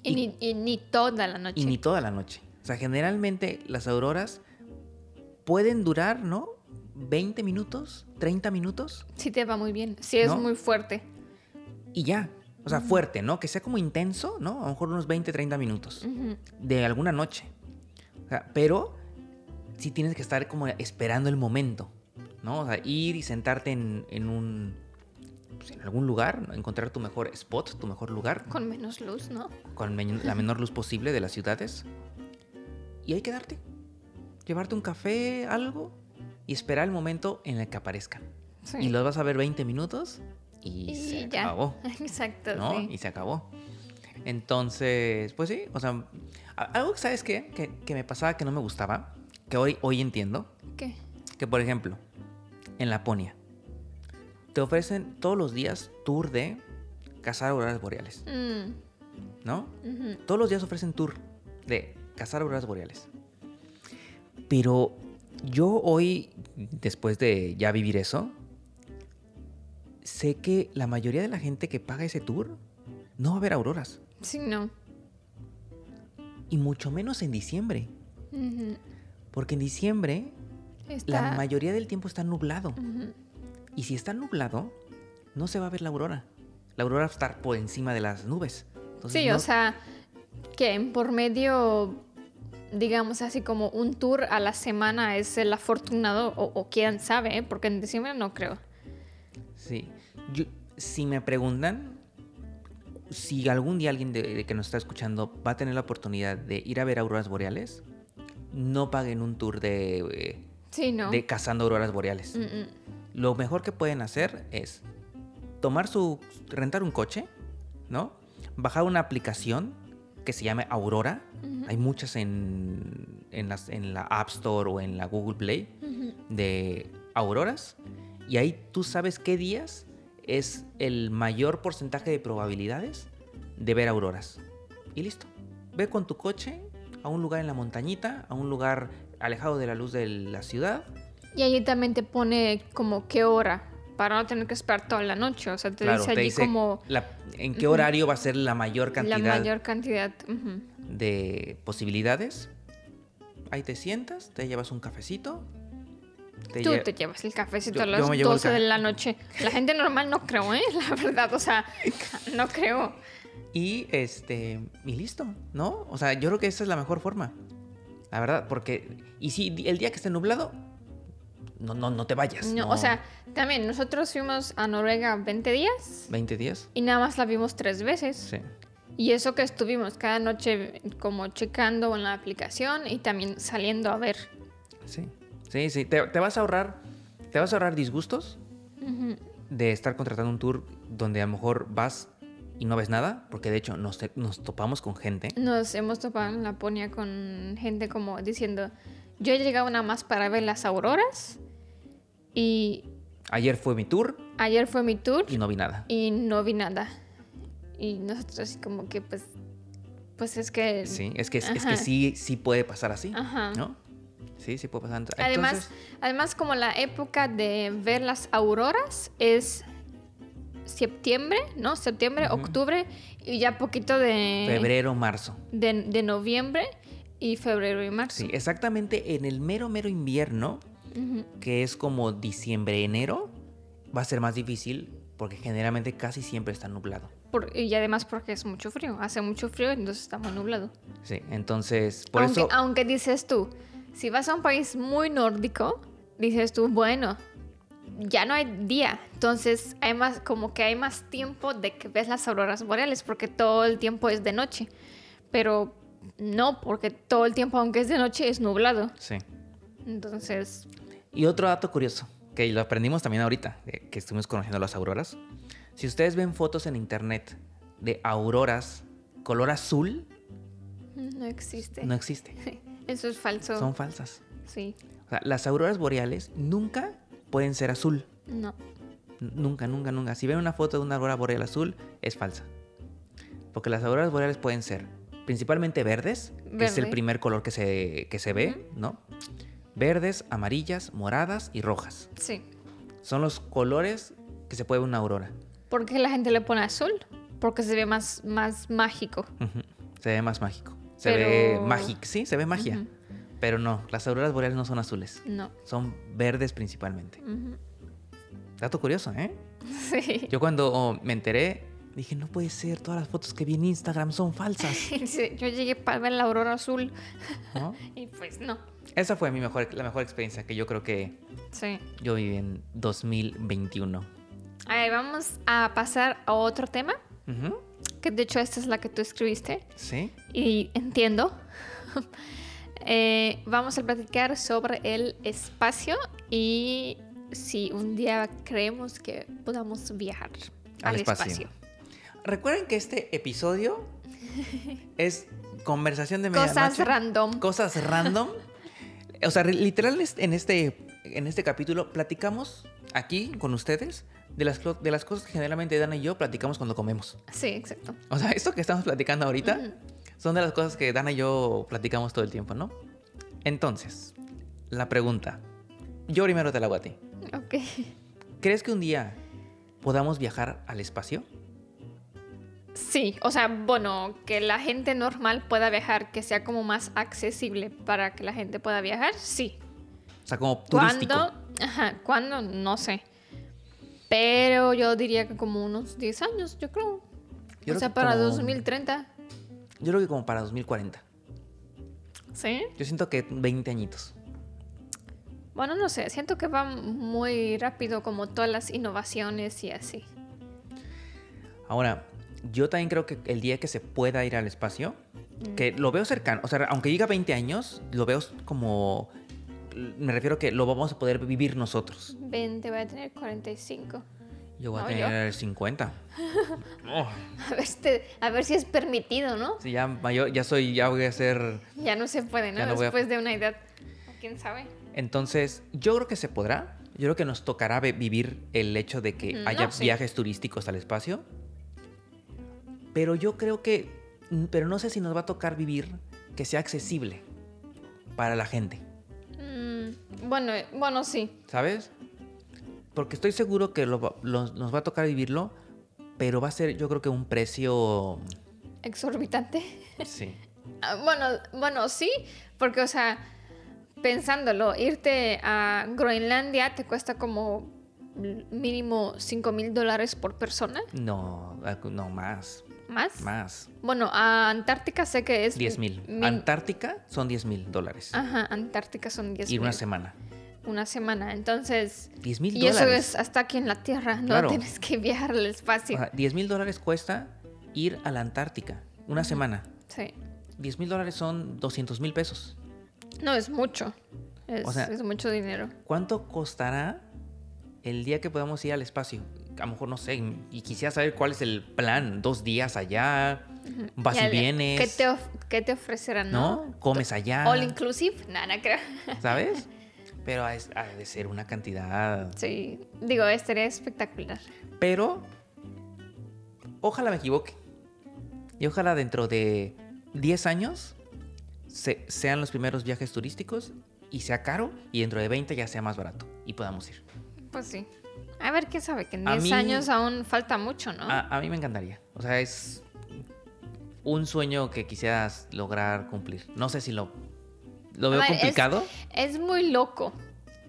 Y, ni, y ni toda la noche.
y ni toda la noche. O sea, generalmente las auroras pueden durar, ¿no? 20 minutos, 30 minutos,
Sí te va muy bien. Sí es
¿No?
muy fuerte.
y ya. O sea, fuerte, ¿no? Que sea como intenso, ¿no? A lo mejor unos 20, 30 minutos
Ujú.
de alguna noche. O sea, pero sí tienes que estar como esperando el momento, ¿no? O sea, ir y sentarte en, en un... pues, en algún lugar, ¿no? encontrar tu mejor spot, tu mejor lugar,
Con menos luz, ¿no?
con men- la menor luz posible de las ciudades. Y ahí quedarte. Llevarte un café, algo, y esperar el momento en el que aparezcan.
Sí.
Y los vas a ver 20 minutos y,
Y
se
ya.
acabó.
Exacto,
¿no?
sí.
Y se acabó. Entonces, pues sí, o sea, a- algo que sabes qué? que, que me pasaba que no me gustaba, que hoy, hoy entiendo,
¿Qué?
que por ejemplo, en Laponia, te ofrecen todos los días tour de cazar auroras boreales,
Mm,
¿no?
ujú.
Todos los días ofrecen tour de cazar auroras boreales. Pero yo hoy, después de ya vivir eso, sé que la mayoría de la gente que paga ese tour no va a ver auroras.
Sí, no.
Y mucho menos en diciembre.
Ujú.
Porque en diciembre la
Está-
mayoría del tiempo está nublado.
Ujú.
Y si está nublado, no se va a ver la aurora. La aurora va a estar por encima de las nubes. Entonces,
Sí,
no-
o sea, que en por medio, digamos así como un tour a la semana es el afortunado, o, o quién sabe, ¿eh? porque en diciembre no creo.
Sí. Yo- si me preguntan si algún día alguien de, de que nos está escuchando va a tener la oportunidad de ir a ver auroras boreales, no paguen un tour de, eh,
Sí, no.
de cazando auroras boreales.
Mm, mm.
Lo mejor que pueden hacer es tomar su. rentar un coche, ¿no? Bajar una aplicación que se llame Aurora. Hay muchas en, en, las, en la App Store o en la Google Play de Auroras. Y ahí tú sabes qué días es el mayor porcentaje de probabilidades de ver auroras. Y listo. Ve con tu coche a un lugar en la montañita, a un lugar alejado de la luz de la ciudad.
Y ahí también te pone como qué hora, para no tener que esperar toda la noche. O sea, te dice allí como
la- en qué horario va a ser la mayor cantidad
la mayor cantidad. ujú.
de posibilidades. Ahí te sientas, te llevas un cafecito. te
Tú
lle-
te llevas el cafecito
Yo-
a
yo
las 12
me llevo el ca-
de la noche. La gente normal no creo, ¿eh? La verdad, o sea, no creo.
Y este. Y listo, ¿no? O sea, yo creo que esa es la mejor forma. La verdad, porque. Y si di- el día que esté nublado, no, no, Pues no te vayas.
No, O sea, también nosotros fuimos a Noruega 20 días
20 días.
y nada más la vimos tres veces.
Sí.
Y eso que estuvimos cada noche como checando en la aplicación y también saliendo a ver.
Sí. Sí, sí. Te, te vas a ahorrar. Te vas a ahorrar disgustos de estar contratando un tour donde a lo mejor vas y no ves nada. Porque de hecho nos, te- nos topamos con gente.
Nos hemos topado en Laponia con gente como diciendo, yo he llegado nada más para ver las auroras y
Ayer fue mi tour
ayer fue mi tour
y no vi nada.
y no vi nada. Y nosotros así como que pues, pues es que...
Sí, es que, es que
Ajá.
sí, sí puede pasar así.
Ajá.
¿No? Sí, sí puede pasar. Entonces,
Además, además, como la época de ver las auroras es septiembre, ¿no? Septiembre, octubre y ya poquito de,
febrero, marzo.
de, de noviembre y febrero y marzo.
Sí, exactamente en el mero, mero invierno,
Ujú.
que es como diciembre, enero, va a ser más difícil porque generalmente casi siempre está nublado.
Por- y además porque es mucho frío, hace mucho frío, entonces está muy nublado.
Sí, entonces, por
aunque,
eso...
aunque dices tú, si vas a un país muy nórdico, dices tú, bueno, ya no hay día, entonces hay más, como que hay más tiempo de que ves las auroras boreales, porque todo el tiempo es de noche, pero no, porque todo el tiempo, aunque es de noche, es nublado,
Sí.
entonces,
Y otro dato curioso, que lo aprendimos también ahorita, eh, que estuvimos conociendo las auroras. Si ustedes ven fotos en internet de auroras color azul,
No existe.
No existe.
Eso es falso.
Son falsas.
Sí.
O sea, las auroras boreales nunca pueden ser azul.
No.
N- Nunca, nunca, nunca. Si ven una foto de una aurora boreal azul, es falsa. Porque las auroras boreales pueden ser principalmente verdes, que es el
Verde.
primer color que se, que se ve, ¿no? Verdes, amarillas, moradas y rojas.
Sí.
Son los colores que se puede ver una aurora.
¿Por qué la gente le pone azul? Porque se ve más, más mágico.
Ujú. Se ve más mágico. Se
Pero-
ve mágico. Sí, se ve magia. Pero no, las auroras boreales no son azules.
No.
Son verdes principalmente.
Ujú.
Dato curioso, ¿eh?
Sí.
Yo cuando oh, me enteré, dije, no puede ser, todas las fotos que vi en Instagram son falsas.
Sí, Yo llegué para ver la aurora azul
¿no?
y pues no.
Esa fue mi mejor, la mejor experiencia que yo creo que
Sí.
yo viví en 2021.
A ver, vamos a pasar a otro tema,
Ujú,
que de hecho esta es la que tú escribiste
Sí.
y entiendo. Eh, vamos a platicar sobre el espacio y si un día creemos que podamos viajar al,
Al
espacio.
espacio. Recuerden que este episodio es conversación de medianoche.
Cosas random.
Cosas random. O sea, re- literal es- en este, en este capítulo platicamos aquí con ustedes de las, clo- de las cosas que generalmente Dana y yo platicamos cuando comemos.
sí, exacto.
O sea, esto que estamos platicando ahorita son de las cosas que Dana y yo platicamos todo el tiempo, ¿no? Entonces, la pregunta. Yo primero te la hago a ti.
Ok.
¿Crees que un día podamos viajar al espacio?
Sí, o sea, bueno, que la gente normal pueda viajar, que sea como más accesible para que la gente pueda viajar, sí.
O sea, como turístico.
¿Cuándo? Ajá, ¿cuándo? No sé. Pero yo diría que como unos 10 años, yo creo.
Yo
o
creo
sea,
que
para
como-
2030.
Yo creo que como para 2040.
Sí.
Yo siento que 20 añitos.
Bueno, no sé, siento que va muy rápido como todas las innovaciones y así.
Ahora, yo también creo que el día que se pueda ir al espacio,
Mm.
que lo veo cercano, o sea, aunque diga 20 años, lo veo como... Me refiero que lo vamos a poder vivir nosotros.
20 voy a tener 45.
Yo voy a
No, yo.
tener 50. Oh,
A ver, este- a ver si es permitido, ¿no?
sí, ya mayor, ya soy, ya voy a ser...
Ya no se puede, ¿no?
Ya no voy a-
Después de una edad. ¿Quién sabe?
Entonces, yo creo que se podrá. Yo creo que nos tocará ve- vivir el hecho de que
Mm, No,
haya
sí.
viajes turísticos al espacio. Pero yo creo que... mm, Pero no sé si nos va a tocar vivir que sea accesible para la gente.
Mm, bueno, eh, bueno, sí.
¿Sabes? Porque estoy seguro que lo va- lo- nos va a tocar vivirlo, pero va a ser yo creo que un precio...
Exorbitante.
Sí.
Ah, Bueno, bueno, sí, porque, o sea, pensándolo, irte a Groenlandia te cuesta como mínimo 5 mil dólares por persona,
No, no más,
más.
más.
Bueno, a Antártica sé que es...
10 mil.
min-
Antártica son 10 mil dólares.
Ajá, Antártica son 10 Ah,
y
mil.
una semana.
Una semana, entonces...
10 mil
Y eso
dólares.
es hasta aquí en la Tierra, no
Claro.
tienes que viajar al espacio.
10 mil dólares cuesta ir a la Antártica. Una semana.
Sí.
10 mil dólares son 200 mil pesos.
No, es mucho. Es,
sea-
es mucho dinero.
¿Cuánto costará el día que podamos ir al espacio? A lo mejor no sé, y quisiera saber cuál es el plan. Dos días allá, vas
Ya le-
y
¿Qué
vienes,
te, of- qué te ofrecerán?
¿no?
¿no?
Comes allá,
All inclusive, nada, no creo.
¿sabes? Pero ha es- ha de ser una cantidad.
Sí, digo, estaría espectacular.
Pero ojalá me equivoque. Y ojalá dentro de 10 años se- sean los primeros viajes turísticos y sea caro y dentro de 20 ya sea más barato y podamos ir.
Pues sí. A ver, quién sabe, que en
A
10
mí- Ah.
años aún falta mucho, ¿no?
A, a mí me encantaría. O sea, es un sueño que quisieras lograr cumplir. No sé si lo, lo veo
A ver, es-
complicado.
Es muy loco.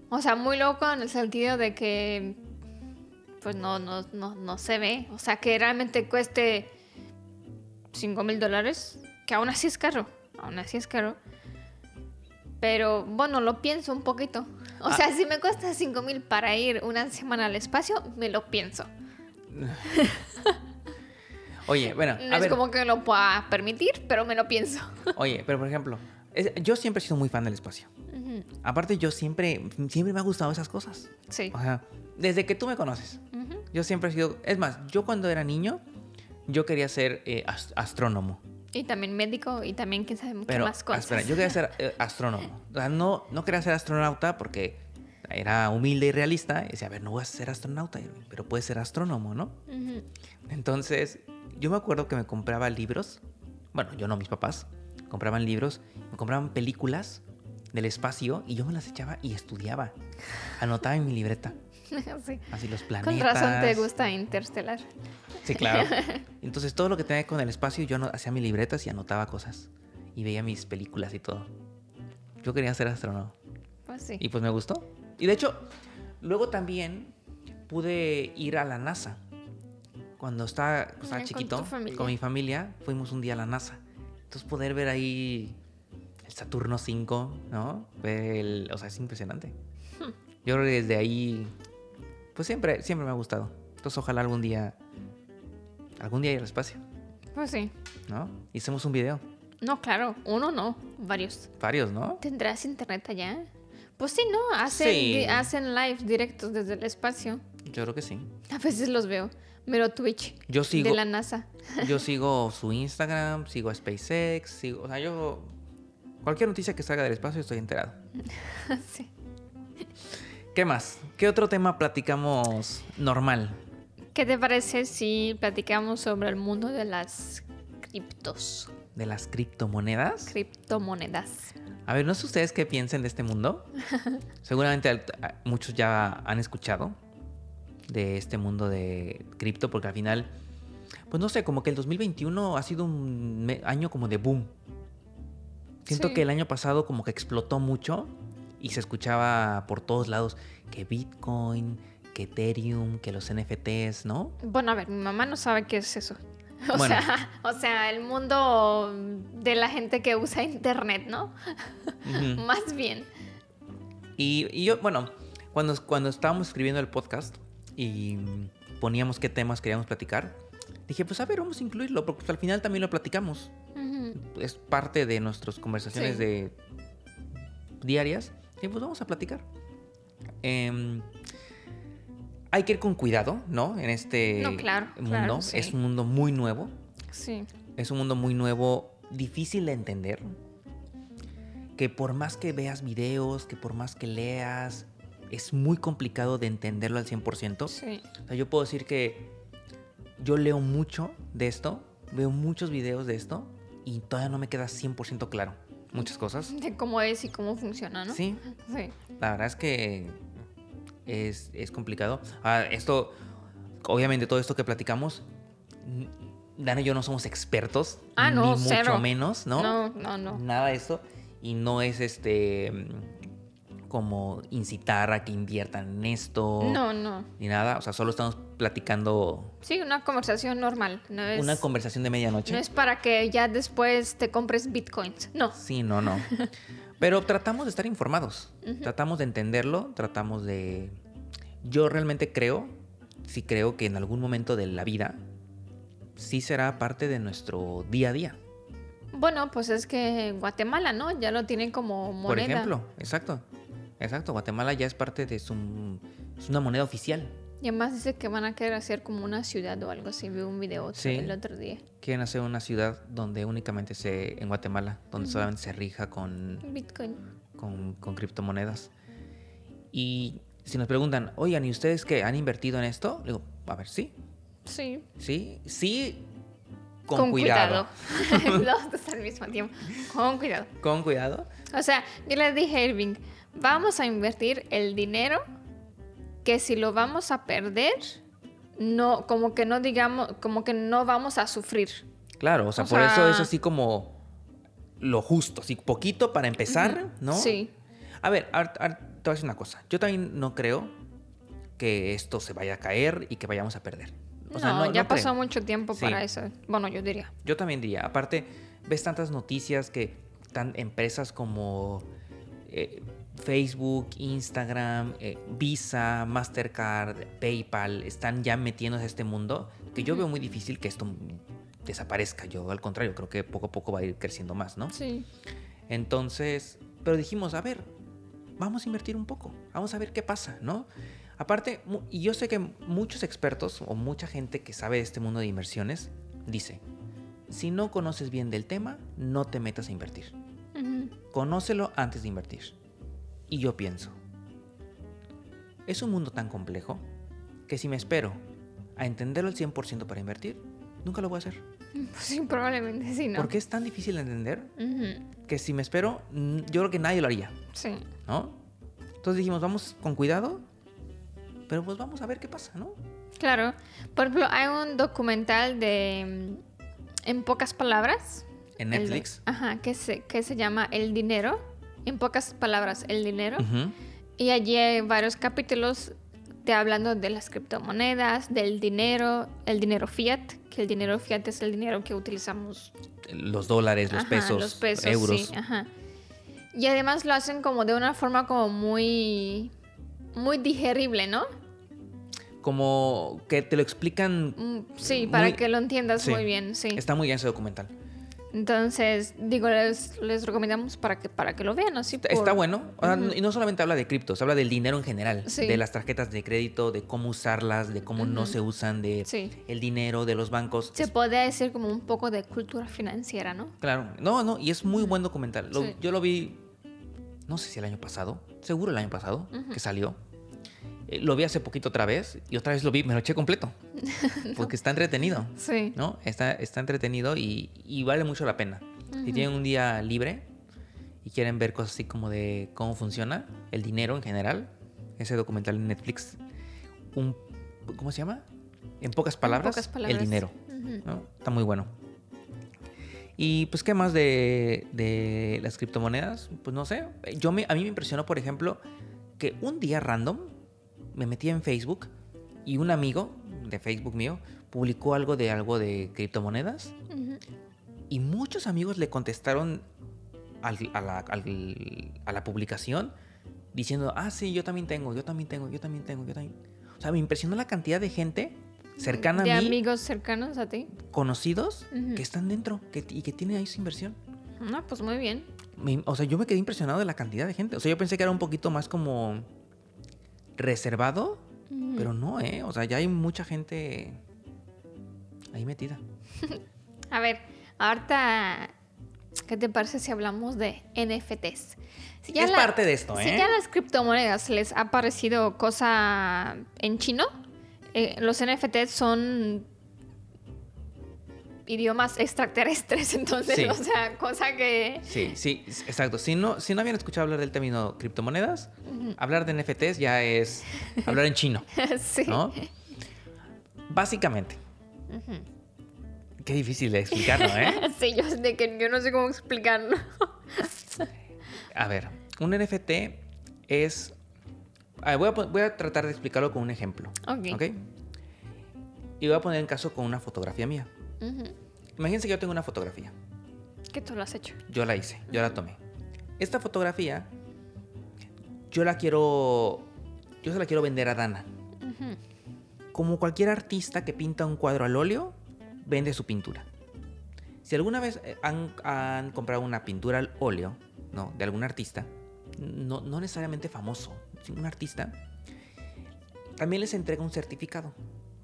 O sea, muy loco en el sentido de que. Pues no, no, no, no se ve. O sea, que realmente cueste 5 mil dólares. Que aún así es caro. Aún así es caro. Pero bueno, lo pienso un poquito. O
Ah.
sea, si me cuesta 5 mil para ir una semana al espacio, me lo pienso.
Oye, bueno,
No
a
es
ver.
como que lo pueda permitir, pero me lo pienso.
Oye, pero por ejemplo, es- yo siempre he sido muy fan del espacio.
Ujú,
Aparte, yo siempre, siempre me ha gustado esas cosas.
Sí.
O sea, desde que tú me conoces.
Ujú.
Yo siempre he sido. Es más, yo cuando era niño, yo quería ser eh, as- astrónomo.
Y también médico y también quién sabe qué
Pero,
más cosas.
espera, yo quería ser eh, astrónomo. O sea, no, no quería ser astronauta porque era humilde y realista. Y decía, a ver, no voy a ser astronauta, Irving, pero puedes ser astrónomo, ¿no?
Ujú.
Entonces, yo me acuerdo que me compraba libros. Bueno, yo no, mis papás compraban libros, me compraban películas del espacio y yo me las echaba y estudiaba. Anotaba en mi libreta,
Sí.
así los planetas.
Con razón te gusta Interstellar.
Sí, claro. Entonces, todo lo que tenía con el espacio, yo ano- hacía mis libretas y anotaba cosas. Y veía mis películas y todo. Yo quería ser astrónomo.
Pues sí.
Y pues me gustó. Y de hecho, luego también pude ir a la NASA. Cuando estaba, cuando estaba
Ah, con
chiquito,
tu familia.
con mi familia, fuimos un día a la NASA. Entonces poder ver ahí el Saturno 5, ¿no? Ver el- o sea, es impresionante.
Hmm.
Yo creo que desde ahí, pues siempre, siempre me ha gustado. Entonces ojalá algún día, algún día ir al espacio,
Pues sí.
¿no? Hicimos un video,
No, claro. Uno no. Varios.
varios, ¿no?
¿Tendrás internet allá? Pues sí, ¿no? Hacen,
Sí.
di- hacen live directos desde el espacio.
Yo creo que sí.
A veces los veo. Miro Twitch
Yo sigo.
de la NASA.
Yo sigo su Instagram, sigo a SpaceX, sigo. O sea, yo. Cualquier noticia que salga del espacio estoy enterado.
sí.
¿Qué más? ¿Qué otro tema platicamos normal?
¿Qué te parece si platicamos sobre el mundo de las criptos,
¿De las criptomonedas?
criptomonedas?
A ver, no sé ustedes qué piensen de este mundo. Seguramente al- a- muchos ya han escuchado de este mundo de cripto, porque al final. Pues no sé, como que el 2021 ha sido un me- año como de boom. Siento
Sí.
que el año pasado como que explotó mucho y se escuchaba por todos lados que Bitcoin, que Ethereum, que los NFTs, ¿no?
Bueno, a ver, mi mamá no sabe qué es eso. O,
Bueno.
sea, o sea, el mundo de la gente que usa internet, ¿no?
Ujú.
Más bien.
Y, y yo, bueno, cuando, cuando estábamos escribiendo el podcast y poníamos qué temas queríamos platicar, dije, pues a ver, vamos a incluirlo, porque pues al final también lo platicamos.
Ujú.
Es parte de nuestras conversaciones
Sí.
de diarias. Y pues vamos a platicar. Em, hay que ir con cuidado, ¿no? En este
No, claro,
mundo.
claro, sí.
Es un mundo muy nuevo.
Sí.
Es un mundo muy nuevo, difícil de entender. Que por más que veas videos, que por más que leas, es muy complicado de entenderlo al 100%.
Sí.
O sea, yo puedo decir que yo leo mucho de esto, veo muchos videos de esto y todavía no me queda 100% claro muchas cosas.
De cómo es y cómo funciona, ¿no?
Sí,
Sí.
la verdad es que es, es complicado. Ah, esto, obviamente todo esto que platicamos, n- Dana y yo no somos expertos,
Ah, no,
ni
cero.
mucho menos, ¿no?
No, no, no.
Nada de esto. Y no es este mm, como incitar a que inviertan en esto.
No, no.
Ni nada. O sea, solo estamos platicando
Sí, una conversación normal. No es,
una conversación de medianoche.
no es para que ya después te compres bitcoins. No.
Sí, no, no. Pero tratamos de estar informados, tratamos de entenderlo, tratamos de... Yo realmente creo, sí creo que en algún momento de la vida, sí será parte de nuestro día a día.
Bueno, pues es que Guatemala, ¿no? Ya lo tienen como moneda.
Por ejemplo, exacto. Exacto, Guatemala ya es parte de su... Es una moneda oficial.
Y además dice que van a querer hacer como una ciudad o algo así. Vi un video otro-
Sí.
el otro día.
Quieren hacer una ciudad donde únicamente se... En Guatemala, donde solamente se rija con
Bitcoin.
con, con criptomonedas. Y si nos preguntan, oigan, ¿y ustedes que han invertido en esto? Digo, a ver, sí,
Sí.
sí, sí, con, cuidado.
cuidado. Los dos al mismo tiempo. Con cuidado.
Con cuidado.
O sea, yo le dije a Irving, vamos a invertir el dinero que si lo vamos a perder, no, como que no digamos, como que no vamos a sufrir.
Claro, o sea,
O
por eso
sea-
es así como lo justo, así poquito para empezar, ¿no?
Sí.
A ver, ahor- ahor- te voy a decir una cosa. Yo también no creo que esto se vaya a caer y que vayamos a perder. O sea,
no, ya
no creo.
pasó mucho tiempo
Sí.
para eso. Bueno, yo diría.
Yo también diría, aparte, ves tantas noticias que tan empresas como eh, Facebook, Instagram, eh, Visa, Mastercard, PayPal están ya metiéndose a este mundo que yo veo muy difícil que esto desaparezca. Yo, al contrario, creo que poco a poco va a ir creciendo más, ¿no?
Sí.
Entonces, pero dijimos, a ver, vamos a invertir un poco, vamos a ver qué pasa, ¿no? Aparte, mu- y yo sé que muchos expertos o mucha gente que sabe de este mundo de inversiones dice, si no conoces bien del tema, no te metas a invertir.
Ujú.
Conócelo antes de invertir. Y yo pienso, es un mundo tan complejo que si me espero a entenderlo al 100% para invertir, nunca lo voy a hacer.
Pues sí, probablemente sí, ¿no?
Porque es tan difícil de entender
Ujú,
que si me espero, mm, yo creo que nadie lo haría,
Sí.
¿no? Entonces dijimos, vamos con cuidado, pero pues vamos a ver qué pasa, ¿no?
Claro. Por ejemplo, hay un documental de. mm, En pocas palabras.
En
el de-
Netflix.
ajá, que se, que se llama El Dinero. En pocas palabras, El Dinero.
Ujú.
Y allí hay varios capítulos te hablando de las criptomonedas, del dinero, el dinero fiat, que el dinero fiat es el dinero que utilizamos
Los dólares, los,
Ajá,
pesos,
los pesos,
euros.
sí, ajá. Y además lo hacen como de una forma como muy muy digerible, ¿no?
Como que te lo explican.
Mm, Sí, para
Muy-
que lo entiendas
sí.
muy bien, sí.
Está muy bien ese documental.
Entonces, digo, les, les recomendamos para que para que lo vean, así
Está-
por-
Está bueno. O sea, no- Y no solamente habla de criptos, habla del dinero en general.
Sí.
De las tarjetas de crédito, de cómo usarlas, de cómo no se usan, de
Sí.
el dinero, de los bancos.
Se podría decir como un poco de cultura financiera, ¿no?
Claro. No, no, y es muy buen documental. Lo-
Sí.
Yo lo vi, no sé si el año pasado, seguro el año pasado, que salió. Eh, Lo vi hace poquito otra vez y otra vez lo vi, me lo eché completo. Porque está entretenido.
Sí.
¿no? Está, está entretenido y, y vale mucho la pena. Si tienen un día libre y quieren ver cosas así como de cómo funciona el dinero en general, ese documental en Netflix, un, ¿cómo se llama? En pocas palabras,
pocas palabras.
el dinero.
Ujú.
¿no? Está muy bueno. Y pues, ¿qué más de, de las criptomonedas? Pues no sé. Yo me, a mí me impresionó, por ejemplo, que un día random me metí en Facebook y un amigo de Facebook mío publicó algo de algo de criptomonedas
Ujú.
y muchos amigos le contestaron al- a, la, al- a la publicación diciendo, ah, sí, yo también tengo, yo también tengo, yo también tengo, yo también. O sea, me impresionó la cantidad de gente cercana
de
a mí
amigos cercanos a ti.
conocidos
Ujú.
que están dentro que, y que tienen ahí su inversión.
No, pues muy bien.
Me- o sea, yo me quedé impresionado de la cantidad de gente. O sea, yo pensé que era un poquito más como reservado,
Ujú.
pero no, ¿eh? O sea, ya hay mucha gente ahí metida.
A ver, ahorita, ¿qué te parece si hablamos de NFTs? Si
es
la-
parte de esto, ¿eh?
Si ya las criptomonedas les ha parecido cosa en chino, eh, los NFTs son idiomas extraterrestres, entonces,
Sí.
o sea, cosa que...
Sí, sí, s- exacto. Si no, si no habían escuchado hablar del término criptomonedas, hablar de NFTs ya es hablar en chino,
sí.
¿no? Básicamente. Qué difícil de explicarlo, ¿eh?
Sí, yo, de que yo no sé cómo explicarlo.
A ver, un NFT es... a ver, voy, a, pon- voy a tratar de explicarlo con un ejemplo.
Ok.
Y voy a poner en caso con una fotografía mía.
Ujú.
Imagínense que yo tengo una fotografía.
Que tú lo has hecho.
Yo la hice, yo la tomé. Esta fotografía, yo la quiero... Yo se la quiero vender a Dana.
Ujú.
Como cualquier artista que pinta un cuadro al óleo, vende su pintura. Si alguna vez eh, han, han comprado una pintura al óleo, ¿no? De algún artista, no, no necesariamente famoso, sino un artista, también les entrega un certificado.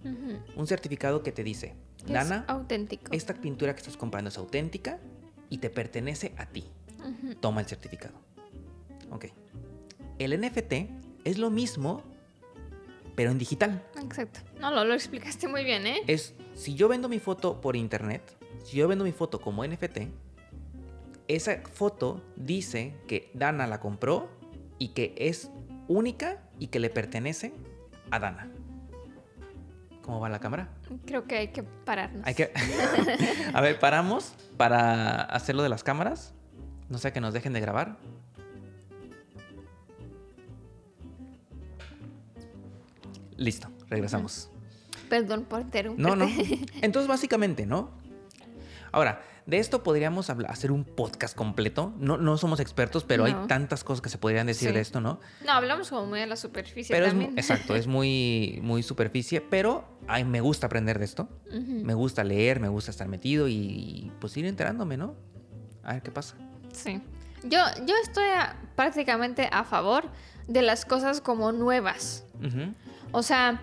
Ujú.
Un certificado que te dice,
Es
Dana,
auténtico.
esta pintura que estás comprando es auténtica y te pertenece a ti.
Ujú.
Toma el certificado. Ok. El NFT es lo mismo, pero en digital.
Exacto. No, lo, lo explicaste muy bien, ¿eh?
es si yo vendo mi foto por internet, si yo vendo mi foto como NFT, esa foto dice que Dana la compró y que es única y que le pertenece a Dana. ¿Cómo va la cámara?
Creo que hay que pararnos.
Hay que A ver, paramos para hacer lo de las cámaras. No sea que nos dejen de grabar. Listo, regresamos.
Perdón por interrumpir.
No, no. Entonces, básicamente, ¿no? Ahora, de esto podríamos habla- hacer un podcast completo. No, no somos expertos,
No.
pero hay tantas cosas que se podrían decir
Sí.
de esto, ¿no?
No, hablamos como muy a la superficie
pero es, mu-
también.
exacto, es muy, muy superficie, pero ay, me gusta aprender de esto.
Ujú,
Me gusta leer, me gusta estar metido y, y, pues ir enterándome, ¿no? A ver qué pasa.
Sí. Yo, yo estoy a- prácticamente a favor de las cosas como nuevas.
Ujú.
O sea,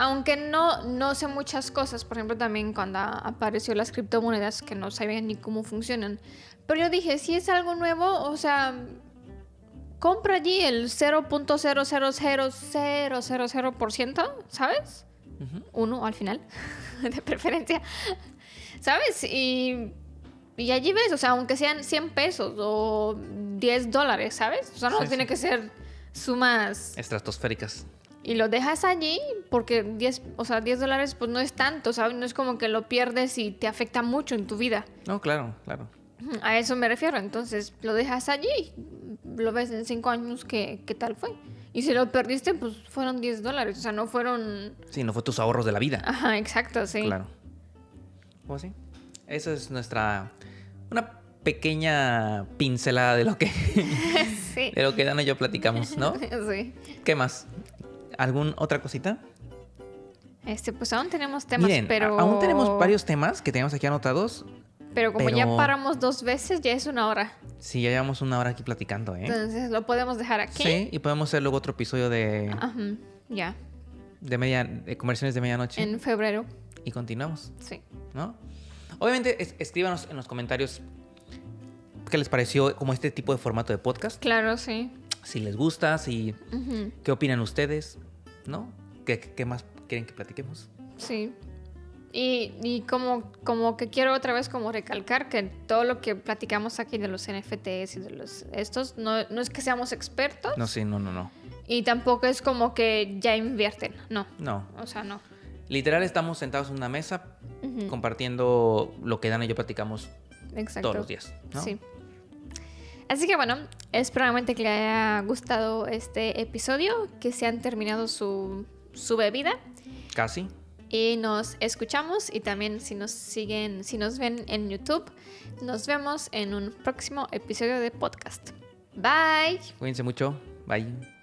Aunque no, no sé muchas cosas, por ejemplo, también cuando apareció las criptomonedas que no sabía ni cómo funcionan. Pero yo dije, si es algo nuevo, o sea, compra allí el 0.0000000%, ¿sabes?
Ujú.
Uno al final, de preferencia, ¿sabes? Y, y allí ves, o sea, aunque sean 100 pesos o 10 dólares, ¿sabes? O sea, no
Sí, sí.
tiene que ser sumas
Estratosféricas.
y lo dejas allí porque 10, o sea, 10 dólares pues no es tanto, ¿sabes? No es como que lo pierdes y te afecta mucho en tu vida.
No, claro, claro.
A eso me refiero. Entonces, lo dejas allí, lo ves en 5 años que, qué tal fue. Y si lo perdiste, pues fueron 10 dólares, o sea, no fueron...
Sí, no fue tus ahorros de la vida.
Ajá, exacto, Ah, sí.
Claro. ¿O así? Esa es nuestra. Una pequeña pincelada de lo que.
Sí.
de lo que Dana y yo platicamos, ¿no?
Sí.
¿Qué más? ¿Alguna otra cosita?
Este, pues aún tenemos temas,
Miren, a-
pero...
aún tenemos varios temas que tenemos aquí anotados.
Pero como ya
pero-
paramos dos veces, ya es una hora.
Sí, ya llevamos una hora aquí platicando, ¿eh?
Entonces, lo podemos dejar aquí.
Sí, y podemos hacer luego otro episodio de,
Ajá, ya.
de, media, de comerciales de medianoche
En febrero,
y continuamos,
sí.
¿no? Obviamente, es- escríbanos en los comentarios qué les pareció como este tipo de formato de podcast.
Claro, sí.
Si les gusta, si
Ujú,
¿Qué opinan ustedes? ¿No? ¿Qué, qué más quieren que platiquemos?
Sí. Y, y como, como que quiero otra vez como recalcar que todo lo que platicamos aquí de los NFTs y de los estos, no, no es que seamos expertos
No, sí, no, no, no.
y tampoco es como que ya invierten, no.
No.
O sea, no.
Literal estamos sentados en una mesa
Ujú,
compartiendo lo que Dan y yo platicamos
Exacto.
todos los días. ¿no?
Sí. Así que bueno, espero realmente que les haya gustado este episodio, que se han terminado su, su bebida.
Casi.
y nos escuchamos y también si nos siguen, si nos ven en YouTube, nos vemos en un próximo episodio de podcast. Bye.
Cuídense mucho. Bye.